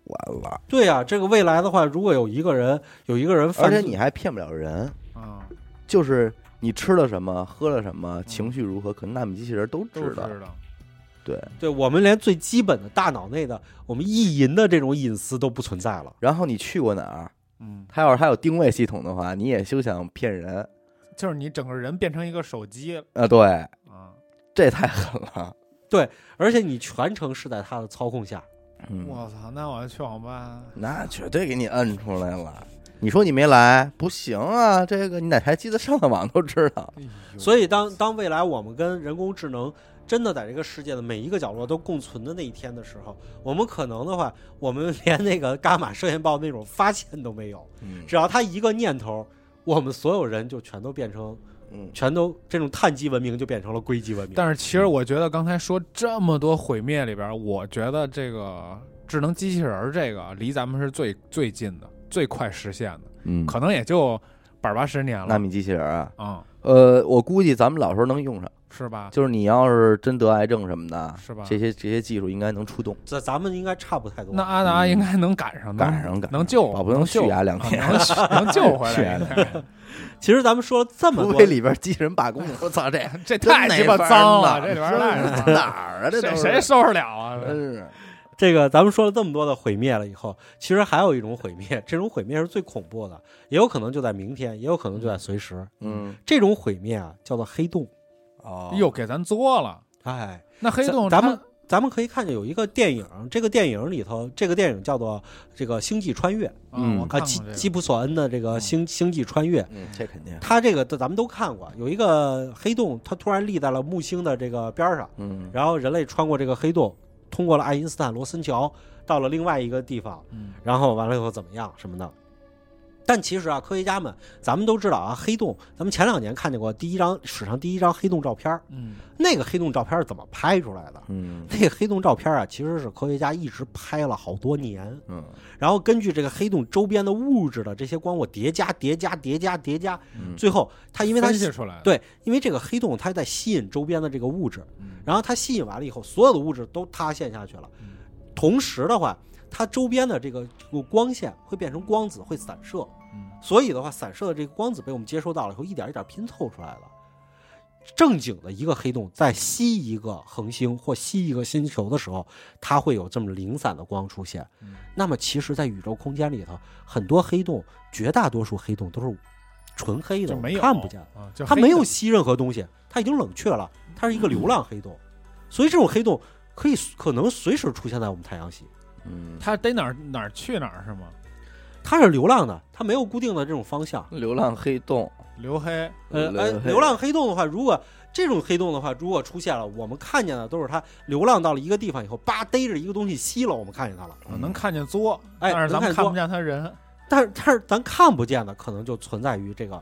[SPEAKER 1] 完了。
[SPEAKER 2] 对呀、这个未来的话，如果有一个人有一个人
[SPEAKER 1] 而
[SPEAKER 2] 犯
[SPEAKER 1] 且
[SPEAKER 2] 罪，
[SPEAKER 1] 你还骗不了人，
[SPEAKER 3] 啊，
[SPEAKER 1] 就是你吃了什么，喝了什么，情绪如何，可能纳米机器人都
[SPEAKER 3] 都
[SPEAKER 1] 知道。
[SPEAKER 3] 知道。
[SPEAKER 1] 对，
[SPEAKER 2] 对我们连最基本的大脑内的我们意淫的这种隐私都不存在了。
[SPEAKER 1] 然后你去过哪儿，
[SPEAKER 3] 嗯，
[SPEAKER 1] 他要是还有定位系统的话，你也休想骗人
[SPEAKER 3] 就是你整个人变成一个手机
[SPEAKER 1] 啊！对，
[SPEAKER 3] 啊，
[SPEAKER 1] 这太狠了。
[SPEAKER 2] 而且你全程是在他的操控下。
[SPEAKER 1] 嗯，
[SPEAKER 3] 我操，那我要去网吧。
[SPEAKER 1] 那绝对给你摁出来了。你说你没来不行啊，这个你哪台机子上的网都知道。
[SPEAKER 3] 哎
[SPEAKER 2] 所以当当未来我们跟人工智能真的在这个世界的每一个角落都共存的那一天的时候，我们可能的话，我们连那个伽马射线暴那种发现都没有，
[SPEAKER 1] 嗯
[SPEAKER 2] 只要他一个念头。我们所有人就全都变成，
[SPEAKER 1] 嗯，
[SPEAKER 2] 全都这种碳基文明就变成了硅基文明。
[SPEAKER 3] 但是其实我觉得刚才说这么多毁灭里边，我觉得这个智能机器人儿这个离咱们是最最近的，最快实现的，
[SPEAKER 1] 嗯
[SPEAKER 3] 可能也就百八十年
[SPEAKER 1] 纳
[SPEAKER 3] 了。
[SPEAKER 1] 米机器人啊，
[SPEAKER 3] 啊、
[SPEAKER 1] 呃，我估计咱们老时候能用上。
[SPEAKER 3] 是吧？
[SPEAKER 1] 就是你要是真得癌症什么的，
[SPEAKER 3] 是吧
[SPEAKER 1] 这些这些技术应该能出动，
[SPEAKER 2] 咱咱们应该差不太多。嗯
[SPEAKER 3] 那阿达应该能赶上，
[SPEAKER 1] 赶上赶上
[SPEAKER 3] 能救，
[SPEAKER 1] 保不能
[SPEAKER 3] 救
[SPEAKER 1] 续牙两
[SPEAKER 3] *laughs*
[SPEAKER 1] 天
[SPEAKER 3] 啊能
[SPEAKER 2] *laughs*
[SPEAKER 3] 续能救回
[SPEAKER 1] 续牙
[SPEAKER 3] 来
[SPEAKER 1] 两
[SPEAKER 3] 应
[SPEAKER 2] 啊
[SPEAKER 3] 该。
[SPEAKER 2] 其实咱们说了这么
[SPEAKER 1] 除
[SPEAKER 2] 多
[SPEAKER 1] 非，里边机器人罢工，我操这
[SPEAKER 3] *laughs*
[SPEAKER 1] *laughs*
[SPEAKER 3] 这
[SPEAKER 1] 真
[SPEAKER 3] 太
[SPEAKER 1] 没
[SPEAKER 3] 鸡巴
[SPEAKER 1] 法
[SPEAKER 3] 脏
[SPEAKER 1] 弄 *laughs*
[SPEAKER 2] *laughs*
[SPEAKER 3] 了，这里边儿太脏了
[SPEAKER 1] 哪儿啊？这 *laughs*
[SPEAKER 3] 谁
[SPEAKER 1] 都是
[SPEAKER 2] 呃
[SPEAKER 1] 嗯
[SPEAKER 3] 谁受得了啊？
[SPEAKER 1] 真是
[SPEAKER 2] 这个咱们说了这么多的毁灭了以后，其实还有一种毁灭，这种毁灭是最恐怖的，也有可能就在明天，也有可能就在随时。
[SPEAKER 1] 嗯，
[SPEAKER 2] 这种毁灭啊，叫做黑洞。
[SPEAKER 1] 哦，
[SPEAKER 3] 又给咱作了。
[SPEAKER 2] 哎，
[SPEAKER 3] 那黑洞啊它，
[SPEAKER 2] 咱咱们咱们可以看见有一个电影，这个电影里头，这个电影叫做这个《星际穿越》
[SPEAKER 1] 嗯
[SPEAKER 3] 嗯，我
[SPEAKER 2] 啊，
[SPEAKER 3] 看过
[SPEAKER 2] 基
[SPEAKER 3] 这个
[SPEAKER 2] 基普索恩的这个
[SPEAKER 3] 嗯
[SPEAKER 2] 星《星际穿越》，
[SPEAKER 1] 嗯，这肯定，
[SPEAKER 2] 他这个咱们都看过，有一个黑洞，它突然立在了木星的这个边儿上，
[SPEAKER 1] 嗯，
[SPEAKER 2] 然后人类穿过这个黑洞，通过了爱因斯坦罗森桥，到了另外一个地方，
[SPEAKER 3] 嗯
[SPEAKER 2] 然后完了以后怎么样什么的。但其实啊，科学家们，咱们都知道啊，黑洞，咱们前两年看见过第一张史上第一张黑洞照片儿，
[SPEAKER 3] 嗯，
[SPEAKER 2] 那个黑洞照片是怎么拍出来的？
[SPEAKER 1] 嗯
[SPEAKER 2] 那个黑洞照片啊，其实是科学家一直拍了好多年，
[SPEAKER 1] 嗯
[SPEAKER 2] 然后根据这个黑洞周边的物质的这些光我叠加、叠加、叠加、叠加，
[SPEAKER 1] 嗯，
[SPEAKER 2] 最后它因为它
[SPEAKER 3] 分析出来了，
[SPEAKER 2] 对，因为这个黑洞它在吸引周边的这个物质，
[SPEAKER 3] 嗯，
[SPEAKER 2] 然后它吸引完了以后，所有的物质都塌陷下去了
[SPEAKER 3] 嗯。
[SPEAKER 2] 同时的话，它周边的这个光线会变成光子，会散射，
[SPEAKER 3] 嗯
[SPEAKER 2] 所以的话，散射的这个光子被我们接收到了以后，一点一点拼凑出来了。正经的一个黑洞在吸一个恒星或吸一个星球的时候，它会有这么零散的光出现。
[SPEAKER 3] 嗯
[SPEAKER 2] 那么，其实，在宇宙空间里头，很多黑洞，绝大多数黑洞都是纯黑的，
[SPEAKER 3] 就
[SPEAKER 2] 我
[SPEAKER 3] 没
[SPEAKER 2] 们
[SPEAKER 3] 有
[SPEAKER 2] 看不见，
[SPEAKER 3] 啊，就
[SPEAKER 2] 它
[SPEAKER 3] 黑
[SPEAKER 2] 没
[SPEAKER 3] 的嗯
[SPEAKER 2] 有吸任何东西，它已经冷却了，它是一个流浪黑洞。所以，这种黑洞可以可能随时出现在我们太阳系，
[SPEAKER 1] 嗯，
[SPEAKER 3] 它逮哪儿哪儿去哪儿是吗？
[SPEAKER 2] 它是流浪的，它没有固定的这种方向。
[SPEAKER 1] 嗯流浪黑洞，
[SPEAKER 3] 刘黑，
[SPEAKER 2] 呃，
[SPEAKER 1] 流
[SPEAKER 2] 哎，
[SPEAKER 1] 浪黑
[SPEAKER 2] 流浪黑洞的话，如果这种黑洞的话，如果出现了，我们看见的都是它流浪到了一个地方以后，叭逮着一个东西吸了，我们看见它了。
[SPEAKER 3] 啊
[SPEAKER 1] 嗯
[SPEAKER 3] 我能看见作，
[SPEAKER 2] 嗯哎
[SPEAKER 3] 但是咱
[SPEAKER 2] 能看见
[SPEAKER 3] 们看
[SPEAKER 2] 作
[SPEAKER 3] 不见他人。
[SPEAKER 2] 但是，但是咱看不见的，可能就存在于这个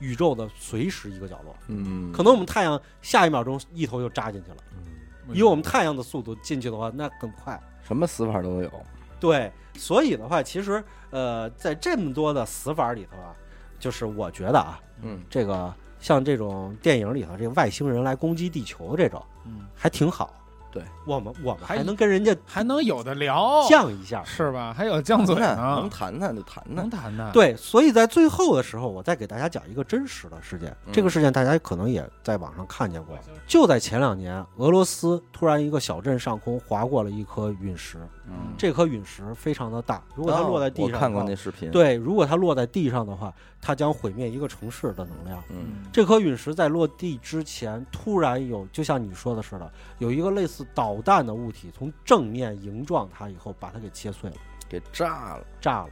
[SPEAKER 2] 宇宙的随时一个角落。
[SPEAKER 1] 嗯，
[SPEAKER 2] 可能我们太阳下一秒钟一头就扎进去
[SPEAKER 3] 哎
[SPEAKER 2] 了，以我们太阳的速度进去的话，那很快。
[SPEAKER 1] 嗯什么死法都有，
[SPEAKER 2] 对，所以的话，其实呃，在这么多的死法里头啊，就是我觉得啊，
[SPEAKER 1] 嗯
[SPEAKER 2] 这个像这种电影里头，这个外星人来攻击地球这种。
[SPEAKER 3] 嗯，
[SPEAKER 2] 还挺好。
[SPEAKER 1] 对
[SPEAKER 2] 我们，我们
[SPEAKER 3] 还
[SPEAKER 2] 还能跟人家
[SPEAKER 3] 还能有的聊，
[SPEAKER 2] 犟一
[SPEAKER 1] 哦
[SPEAKER 2] 下。
[SPEAKER 3] 是吧？还有犟嘴
[SPEAKER 1] 能谈能谈
[SPEAKER 3] 呢，
[SPEAKER 1] 谈就谈
[SPEAKER 3] 能
[SPEAKER 1] 谈，
[SPEAKER 3] 谈的。，
[SPEAKER 2] 对，所以在最后的时候，我再给大家讲一个真实的事件。
[SPEAKER 1] 嗯
[SPEAKER 2] 这个事件大家可能也在网上看见过。就在前两年，俄罗斯突然一个小镇上空划过了一颗陨石，
[SPEAKER 1] 嗯，
[SPEAKER 2] 这颗陨石非常的大，
[SPEAKER 1] 如
[SPEAKER 2] 如果它落在地上
[SPEAKER 1] 哦
[SPEAKER 2] 的
[SPEAKER 1] 我
[SPEAKER 2] 话，
[SPEAKER 1] 看过那视频，，
[SPEAKER 2] 对，如果它落在地上的话，它将毁灭一个城市的能量。
[SPEAKER 1] 嗯
[SPEAKER 2] 这颗陨石在落地之前，突然有，就像你说的似的，有一个类似导弹的物体从正面迎撞它以后，把它给切碎了，
[SPEAKER 1] 给炸了，
[SPEAKER 2] 炸了。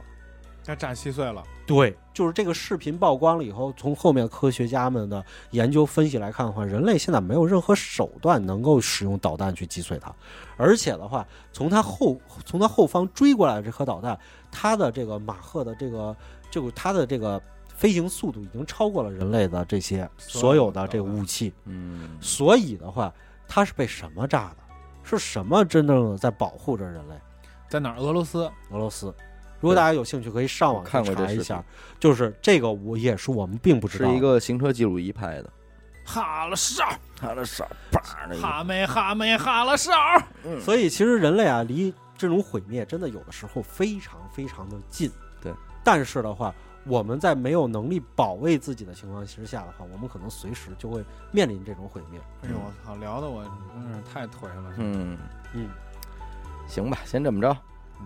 [SPEAKER 3] 他炸稀碎了，
[SPEAKER 2] 对，就是这个视频曝光了以后，从后面科学家们的研究分析来看的话，人类现在没有任何手段能够使用导弹去击碎它，而且的话，从它后从它后方追过来的这颗导弹，它的这个马赫的这个这个它的这个飞行速度已经超过了人类的这些所有的这个武器，
[SPEAKER 1] 嗯
[SPEAKER 2] 所以的话，它是被什么炸的？是什么真正的在保护着人类？
[SPEAKER 3] 在哪儿？俄罗斯。
[SPEAKER 2] 俄罗斯。如果大家有兴趣，可以上网
[SPEAKER 1] 我看
[SPEAKER 2] 去
[SPEAKER 1] 过
[SPEAKER 2] 查
[SPEAKER 1] 这
[SPEAKER 2] 一
[SPEAKER 1] 视
[SPEAKER 2] 下。就是这个，我也是我们并不知道
[SPEAKER 1] 是
[SPEAKER 2] 的。
[SPEAKER 1] 一个行车记录仪拍的，
[SPEAKER 3] 哈了哨，
[SPEAKER 1] 他的手啪的一个，
[SPEAKER 3] 哈没哈没哈了哨，
[SPEAKER 1] 嗯
[SPEAKER 2] 所以其实人类啊，离这种毁灭真的有的时候非常非常的近。
[SPEAKER 1] 对，
[SPEAKER 2] 但是的话，我们在没有能力保卫自己的情况之下的话，我们可能随时就会面临这种毁灭。
[SPEAKER 3] 哎呦我操，聊的我真是太颓了。
[SPEAKER 1] 嗯。
[SPEAKER 2] 嗯，
[SPEAKER 1] 行吧，先这么着。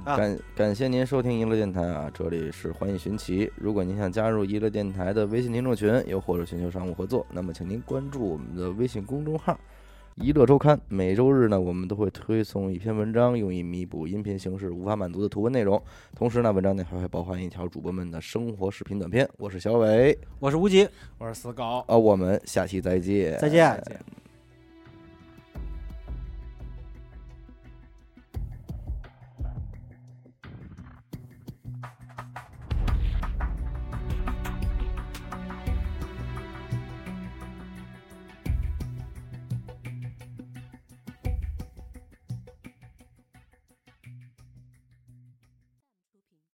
[SPEAKER 2] 啊
[SPEAKER 1] 感感谢您收听娱乐电台啊，这里是欢迎寻奇。如果您想加入娱乐电台的微信听众群，又或者寻求商务合作，那么请您关注我们的微信公众号“娱乐周刊”。每周日呢，我们都会推送一篇文章，用以弥补音频形式无法满足的图文内容。同时呢，文章内还会包含一条主播们的生活视频短片。我是小伟，
[SPEAKER 2] 我是吴极，
[SPEAKER 3] 我是死狗，
[SPEAKER 1] 啊，我们下期再见，
[SPEAKER 2] 再见。
[SPEAKER 3] 再见